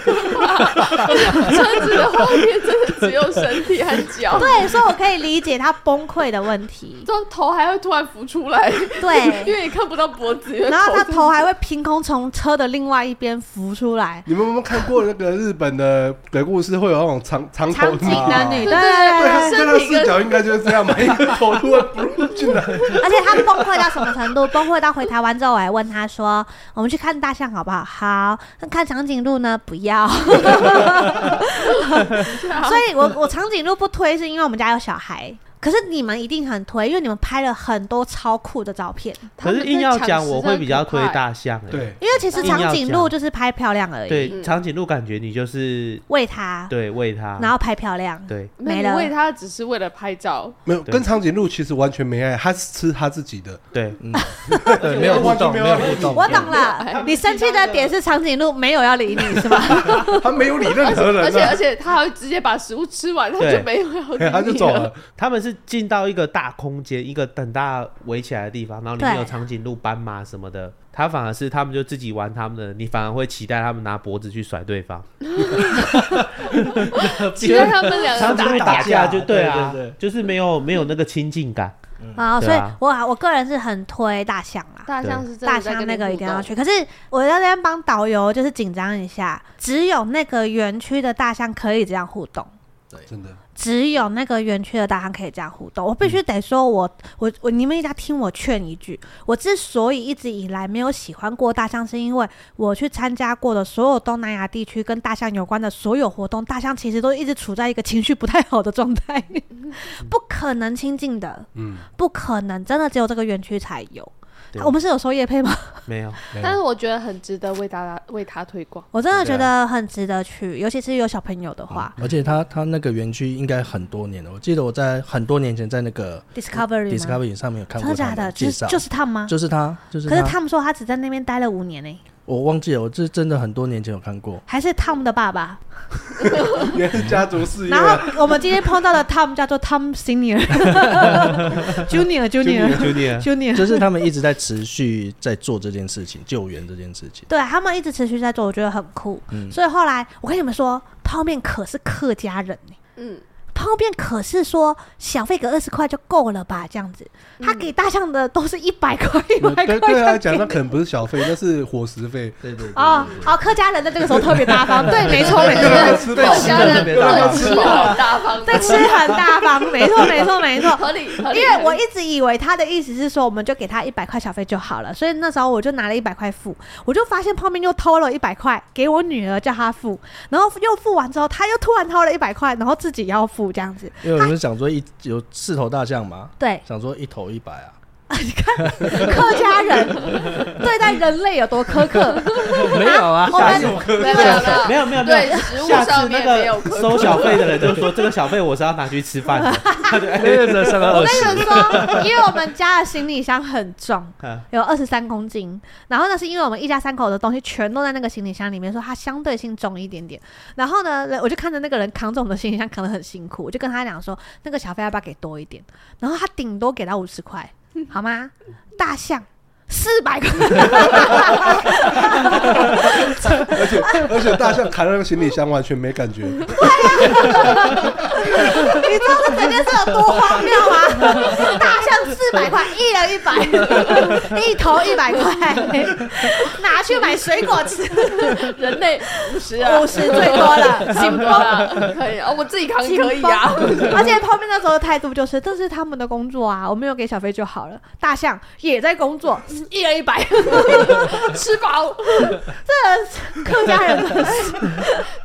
[SPEAKER 5] 子的后面真的只有身体和 *laughs* 脚，
[SPEAKER 3] 对，所以我可以理解她崩溃的问题。
[SPEAKER 5] 之后头还会突然浮出来，因
[SPEAKER 3] 对，
[SPEAKER 5] 为你看不到脖子。因为
[SPEAKER 3] 然后她
[SPEAKER 5] 在
[SPEAKER 3] 头
[SPEAKER 5] *laughs*
[SPEAKER 3] 还会凭空从车的另外一边浮出来。
[SPEAKER 2] 你们有没有看过那个日本的鬼故事，会有那种长长头
[SPEAKER 3] 长
[SPEAKER 2] 鹿
[SPEAKER 3] 颈？男女，
[SPEAKER 5] 对
[SPEAKER 3] 对
[SPEAKER 5] 对
[SPEAKER 3] 对
[SPEAKER 2] 对
[SPEAKER 3] 对
[SPEAKER 2] 啊，对他视角应该就是这样
[SPEAKER 3] *laughs*
[SPEAKER 2] 嘛，一个头突然扑进来，
[SPEAKER 3] 而且他崩溃到什么程度？崩溃到回台湾之后，我还问他说：“我们去看大象好不好？”好，那看长颈鹿呢？不
[SPEAKER 5] *laughs*
[SPEAKER 3] 要。所以我我长颈鹿不推，是因为我们家有小孩。可是你们一定很推，因为你们拍了很多超酷的照片。
[SPEAKER 6] 可是硬要讲，我会比较推。大象、欸。
[SPEAKER 2] 对，
[SPEAKER 3] 因为其实长颈鹿就是拍漂亮而已，
[SPEAKER 6] 对，长颈鹿感觉你就是
[SPEAKER 3] 喂它，
[SPEAKER 6] 对喂它，
[SPEAKER 3] 然后拍漂亮。
[SPEAKER 6] 对
[SPEAKER 5] 他们在
[SPEAKER 3] 没
[SPEAKER 5] 抢时间快
[SPEAKER 3] 了
[SPEAKER 5] 那你喂它只是为了拍照，
[SPEAKER 2] 没有
[SPEAKER 6] 对
[SPEAKER 2] 跟长颈鹿其实完全没爱，它是吃它自己的，
[SPEAKER 6] 对，
[SPEAKER 4] 对，没有互动，
[SPEAKER 2] 没
[SPEAKER 4] 没
[SPEAKER 2] 有
[SPEAKER 4] 有互动。
[SPEAKER 3] 我懂
[SPEAKER 5] *laughs*
[SPEAKER 3] 了，你生气的点是长颈鹿没有要理你是吧？
[SPEAKER 2] 它没有理任
[SPEAKER 5] 而且
[SPEAKER 2] 何
[SPEAKER 5] 而
[SPEAKER 2] 人
[SPEAKER 5] 且
[SPEAKER 2] 啊，
[SPEAKER 5] 而且它还会直接把食物吃完，它
[SPEAKER 6] *laughs* 对
[SPEAKER 5] 就没有要理你
[SPEAKER 2] 它就走
[SPEAKER 5] *laughs*
[SPEAKER 2] 了。
[SPEAKER 6] 他们是进到一个大空间，一个很大围起来的地方，然后里面
[SPEAKER 3] 对
[SPEAKER 6] 有长颈鹿、斑马什么的。他反而是他们就自己玩他们的，你反而会期待他们拿脖子去甩对方。
[SPEAKER 5] 期待他们两个
[SPEAKER 6] 长颈鹿
[SPEAKER 5] 呃打。
[SPEAKER 6] 打架就
[SPEAKER 4] 对
[SPEAKER 6] 啊，
[SPEAKER 4] 对对
[SPEAKER 6] 就是没有没有那个亲近感。
[SPEAKER 3] 啊，所
[SPEAKER 6] 对
[SPEAKER 3] 以
[SPEAKER 6] 啊
[SPEAKER 3] 我我个人是很推大象啦。
[SPEAKER 5] 大象是真的
[SPEAKER 3] 大
[SPEAKER 5] 在
[SPEAKER 3] 象
[SPEAKER 5] 跟
[SPEAKER 3] 那
[SPEAKER 5] 你
[SPEAKER 3] 个
[SPEAKER 5] 互
[SPEAKER 3] 一定要
[SPEAKER 5] 动
[SPEAKER 3] 去。可是我在那边帮导游就是紧张一下，只有那个园区的大象可以这样互动。
[SPEAKER 2] 真的，
[SPEAKER 3] 只有那个园区的大象可以这样互动，我必
[SPEAKER 5] 嗯
[SPEAKER 3] 须得说我，我我你们一定要听我劝一句。我之所以一直以来没有喜欢过大象，是因为我去参加过的所有东南亚地区跟大象有关的所有活动，大象其实都一直处在一个情绪不太好的状态，
[SPEAKER 5] 嗯
[SPEAKER 3] *laughs* 不可能亲近的，
[SPEAKER 2] 嗯，
[SPEAKER 3] 不可能，真的只有这个园区才有。
[SPEAKER 6] 对
[SPEAKER 3] 啊我们是有收夜配吗？
[SPEAKER 6] 没有，
[SPEAKER 2] 没
[SPEAKER 5] 但
[SPEAKER 2] 有
[SPEAKER 5] 是我觉得很值得为大家为它推广。
[SPEAKER 3] 我真的觉
[SPEAKER 6] 对
[SPEAKER 4] 啊
[SPEAKER 3] 得很值得去，尤其是有小朋友的话、
[SPEAKER 4] 而且他他那个园区应该很多年了，我记得我在很多年前在那个
[SPEAKER 3] d i s c o v e r y 吗？
[SPEAKER 4] 嗯 Discovery 上面有看
[SPEAKER 3] 真的
[SPEAKER 4] 过
[SPEAKER 3] 假
[SPEAKER 4] 他
[SPEAKER 3] 的？
[SPEAKER 4] 的
[SPEAKER 3] 就
[SPEAKER 4] 介
[SPEAKER 3] 是
[SPEAKER 4] 绍，
[SPEAKER 3] 就是他吗？
[SPEAKER 4] 就是他，就是
[SPEAKER 3] 可是
[SPEAKER 4] 他，
[SPEAKER 3] 他们说他只在那边待了五年呢、欸
[SPEAKER 4] 我忘记了，我这真的很多年前有
[SPEAKER 3] *laughs*
[SPEAKER 4] 看过。
[SPEAKER 3] 还是 Tom 的爸爸。
[SPEAKER 2] 嗯原来是家族事业
[SPEAKER 3] 然
[SPEAKER 2] 啊。
[SPEAKER 3] 后我们今天碰
[SPEAKER 4] *laughs*
[SPEAKER 3] 到的 Tom 叫做 Tom Senior 、Junior、Junior、
[SPEAKER 6] Junior
[SPEAKER 3] Junior，
[SPEAKER 4] 就是他们一直在持续在做这件事情，救援这件事情。
[SPEAKER 3] 对他们一直持续在做，我觉得很酷。
[SPEAKER 4] 嗯
[SPEAKER 3] 所以后来我跟你们说，泡面可是客家人呢、
[SPEAKER 5] 嗯，
[SPEAKER 3] 泡面可是说小费给二十块就够了吧？这样子，他
[SPEAKER 4] 嗯
[SPEAKER 3] 给大象的都是一百块、一百块。
[SPEAKER 2] 嗯对对
[SPEAKER 4] 啊
[SPEAKER 2] 他来讲，那可能不是小费，那是伙食费。
[SPEAKER 4] 对对对，
[SPEAKER 3] 哦，好，客家人在这个时候特别大方， *laughs* 对，没错，没
[SPEAKER 2] 又让他吃
[SPEAKER 3] 错，
[SPEAKER 5] 大
[SPEAKER 2] 饱，
[SPEAKER 5] 家的
[SPEAKER 2] 又让他
[SPEAKER 5] 对
[SPEAKER 2] 吃
[SPEAKER 5] 吃
[SPEAKER 2] 饱。
[SPEAKER 5] 很大方的
[SPEAKER 3] 对，，吃很大方，没错，没错，没 *laughs* 错。
[SPEAKER 5] 合理合
[SPEAKER 3] 因
[SPEAKER 5] 理。
[SPEAKER 3] 为我一直以为他的意思是说，我们就给他一百块小费就好了，所以那时候我就拿了一百块付，我就发现泡面又偷了一百块给我女儿叫她付，然后又付完之后，她又突然偷了一百块，然后自己要付这样子，
[SPEAKER 4] 因为我们想说一有四头大象嘛，
[SPEAKER 3] 对，
[SPEAKER 4] 想说一头一百啊，
[SPEAKER 3] 客家 *laughs* 人对待人类有多苛刻？
[SPEAKER 4] 没有啊，
[SPEAKER 3] 我们
[SPEAKER 5] 没有没有
[SPEAKER 6] 没有没有没有
[SPEAKER 5] 对，食物
[SPEAKER 6] 下
[SPEAKER 5] 上
[SPEAKER 6] 次那
[SPEAKER 5] 面 *laughs* 没有苛
[SPEAKER 6] 个
[SPEAKER 5] 刻
[SPEAKER 6] 收小费的人就说这个小费我是要拿去
[SPEAKER 5] *laughs*
[SPEAKER 6] 吃饭的，他就哎
[SPEAKER 4] 对对三百
[SPEAKER 3] 我
[SPEAKER 4] 二
[SPEAKER 3] 跟
[SPEAKER 4] 十，
[SPEAKER 3] 你们说， *laughs* 因为我们家的行李箱很重，
[SPEAKER 6] 嗯
[SPEAKER 3] 有二十三公斤。然后呢，是因为我们一家三口的东西全都在那个行李箱里面，所以它相对性重一点点。然后呢，我就看着那个人扛着我们的行李箱扛得很辛苦，我就跟他讲说，那个小费要不要给多一点？然后他顶多给到五十块，好吗？大象。四百
[SPEAKER 4] *laughs*
[SPEAKER 3] 块，
[SPEAKER 2] 而且而且大象扛那个行李箱完全没感觉，
[SPEAKER 4] *laughs*
[SPEAKER 3] 你知道这整件事有多荒谬吗？大象四百块，一人一百， *laughs* 一头一百块，拿去买水果吃。
[SPEAKER 5] 人类五十
[SPEAKER 3] *laughs*
[SPEAKER 5] 啊，
[SPEAKER 3] 五十最多 *laughs* 了，紧
[SPEAKER 5] 紧绷
[SPEAKER 3] 绷。
[SPEAKER 5] 啊， *laughs* 可以啊，我自己扛
[SPEAKER 3] 紧
[SPEAKER 5] 可以啊。
[SPEAKER 3] 绷而且泡面那时候的态度就是，这是他们的工作啊，我没有给小费就好了。大象也在工作，一人一
[SPEAKER 5] *laughs*
[SPEAKER 3] 百，
[SPEAKER 5] 吃饱。
[SPEAKER 3] 这客家人真的是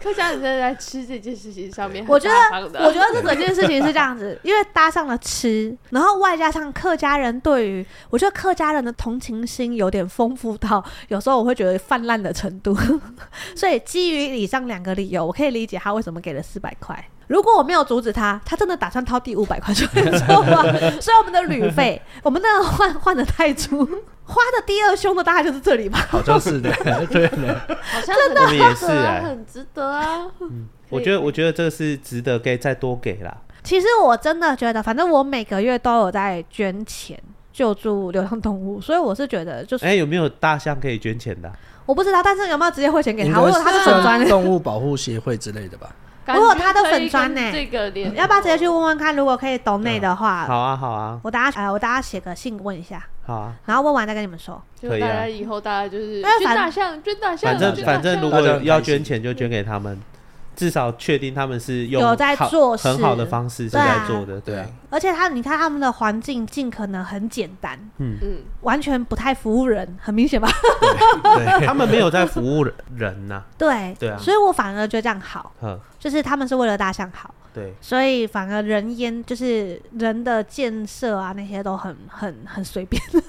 [SPEAKER 5] 客家人真的在吃这件事情上面很
[SPEAKER 3] 我觉
[SPEAKER 5] 大方
[SPEAKER 3] 得
[SPEAKER 5] 的，，
[SPEAKER 3] 我觉得这整件事情是这样
[SPEAKER 5] *laughs*
[SPEAKER 3] 子，因为搭上了吃，然后外加上客家人对于，我觉得客家人的同情心有点丰富到有时候我会觉得泛滥的程度， *laughs* 所以基于以上两个理由，我可以理解他为什么给了四百块。如果我没有阻止他，他真的打算掏第五百块出来，你知道吗？ *laughs* 所以我们的旅费，我们那个换换的泰铢，花的第二凶的大概就是这里吧。
[SPEAKER 4] 好像是的，对的，
[SPEAKER 5] 好像
[SPEAKER 6] 我们
[SPEAKER 5] 很
[SPEAKER 6] 也
[SPEAKER 5] 值
[SPEAKER 6] 是
[SPEAKER 5] 得
[SPEAKER 6] 哎
[SPEAKER 5] 啊，很值
[SPEAKER 3] *laughs*
[SPEAKER 5] 得啊。
[SPEAKER 6] 我觉得我觉得这个是值得给再多给啦。
[SPEAKER 3] 其实我真的觉得，反正我每个月都有在捐钱救助流浪动物，所以我是觉得，就是、
[SPEAKER 6] 哎，有没有大象可以捐钱的啊？
[SPEAKER 3] 我不知道，但是有没有直接汇钱 *laughs* 给
[SPEAKER 4] 应
[SPEAKER 3] 他？我
[SPEAKER 4] 该
[SPEAKER 3] 有他的
[SPEAKER 4] 是
[SPEAKER 3] 粉
[SPEAKER 4] 算 *laughs*
[SPEAKER 3] 砖，
[SPEAKER 4] 动物保护协会之类的吧。
[SPEAKER 5] 感觉
[SPEAKER 3] 我有他的粉砖
[SPEAKER 5] 可以
[SPEAKER 3] 呢
[SPEAKER 5] 跟这个连
[SPEAKER 3] 要不要直接去问问看？如果可以抖内的话，
[SPEAKER 6] 好啊，好啊，
[SPEAKER 3] 我等下呃，我等下写个信问一下，
[SPEAKER 6] 好啊。
[SPEAKER 3] 然后问完再跟你们说。
[SPEAKER 5] 就
[SPEAKER 6] 可以啊
[SPEAKER 5] 大家以后大家就是
[SPEAKER 3] 因为
[SPEAKER 5] 捐
[SPEAKER 3] 反
[SPEAKER 5] 大象，捐大象，
[SPEAKER 6] 反正
[SPEAKER 5] 捐大
[SPEAKER 6] 反正，
[SPEAKER 5] 象
[SPEAKER 6] 如果
[SPEAKER 4] 大家很
[SPEAKER 6] 要
[SPEAKER 4] 开心
[SPEAKER 6] 捐钱就捐给他们，至少确定他们是用
[SPEAKER 3] 有在
[SPEAKER 6] 好
[SPEAKER 3] 做
[SPEAKER 6] 很
[SPEAKER 3] 事
[SPEAKER 6] 好的方式是
[SPEAKER 3] 对啊
[SPEAKER 6] 在做的，对
[SPEAKER 4] 对
[SPEAKER 6] 啊，
[SPEAKER 3] 而且他，你看他们的环境尽可能很简单，
[SPEAKER 5] 嗯，
[SPEAKER 3] 完全不太服务人，很明显吧？
[SPEAKER 6] *laughs*
[SPEAKER 4] 对，
[SPEAKER 6] 啊他们没有在服务人人呐，
[SPEAKER 3] 对，
[SPEAKER 6] 对啊
[SPEAKER 3] 所以我反而觉得这样好，
[SPEAKER 6] 呵，
[SPEAKER 3] 就是他们是为了大象好，
[SPEAKER 6] 对，
[SPEAKER 3] 所以反而人烟就是人的建设啊那些都很很很随便。
[SPEAKER 5] *laughs*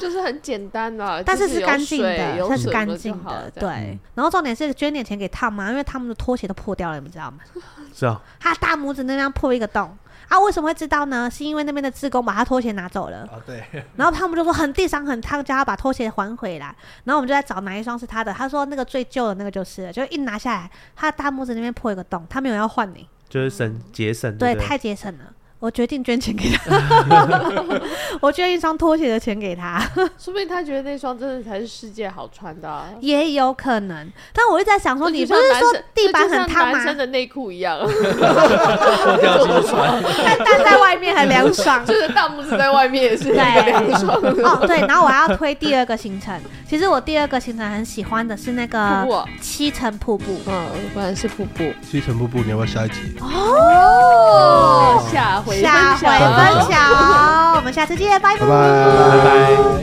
[SPEAKER 5] 就是很简单啦，
[SPEAKER 3] *laughs* 但
[SPEAKER 5] 就是
[SPEAKER 3] 是
[SPEAKER 5] 有
[SPEAKER 3] 干净
[SPEAKER 5] 水
[SPEAKER 3] 的，
[SPEAKER 5] 有
[SPEAKER 3] 它是
[SPEAKER 5] 水
[SPEAKER 3] 干
[SPEAKER 5] 了就
[SPEAKER 3] 净
[SPEAKER 5] 好了
[SPEAKER 3] 的，
[SPEAKER 5] 这样
[SPEAKER 3] 对。然后重点是捐点钱给烫妈，因为他们的拖鞋都破掉了，你们知道吗？
[SPEAKER 6] 是啊，
[SPEAKER 3] 他大拇指那边破一个洞。啊，为什么会知道呢？是因为那边的志工把他拖鞋拿走了，
[SPEAKER 2] 啊对，
[SPEAKER 3] 然后他们就说很地上很烫，叫他把拖鞋还回来。然后我们就在找哪一双是他的，他说那个最旧的那个就是了，就一拿下来，他的大拇指那边破一个洞，他没有要换你，
[SPEAKER 6] 就是省节省，
[SPEAKER 3] 对，
[SPEAKER 6] 不
[SPEAKER 3] 太节省了。我决定捐钱给他， *laughs* 我捐一双拖鞋的钱给他。
[SPEAKER 5] 说不定他觉得那双真的才是世界好穿的啊。
[SPEAKER 3] 也有可能，但我一直在想说，
[SPEAKER 5] 这
[SPEAKER 3] 你
[SPEAKER 5] 就
[SPEAKER 3] 不是
[SPEAKER 5] 像男
[SPEAKER 3] 说
[SPEAKER 5] 生
[SPEAKER 3] 地板
[SPEAKER 5] 这就
[SPEAKER 3] 很
[SPEAKER 5] 像
[SPEAKER 3] 烫吗 *laughs*
[SPEAKER 5] 男？生的内裤一样，。
[SPEAKER 6] 破掉就是穿，
[SPEAKER 3] 但但在外面很凉爽
[SPEAKER 5] *laughs* 就是大拇指在外面也是
[SPEAKER 3] 对，
[SPEAKER 5] 很凉
[SPEAKER 3] 哦对，然后我要推第二个行程。其实我第二个行程很喜欢的是那
[SPEAKER 5] 瀑布
[SPEAKER 3] 个
[SPEAKER 5] 哦
[SPEAKER 3] 七层瀑布。
[SPEAKER 5] 嗯，果然是瀑布
[SPEAKER 2] 西城瀑布，你要不要下一集？
[SPEAKER 5] 哦。下回分
[SPEAKER 3] 下回
[SPEAKER 5] 享
[SPEAKER 3] 分享，我们下次见，拜拜
[SPEAKER 2] 拜拜
[SPEAKER 6] 拜拜。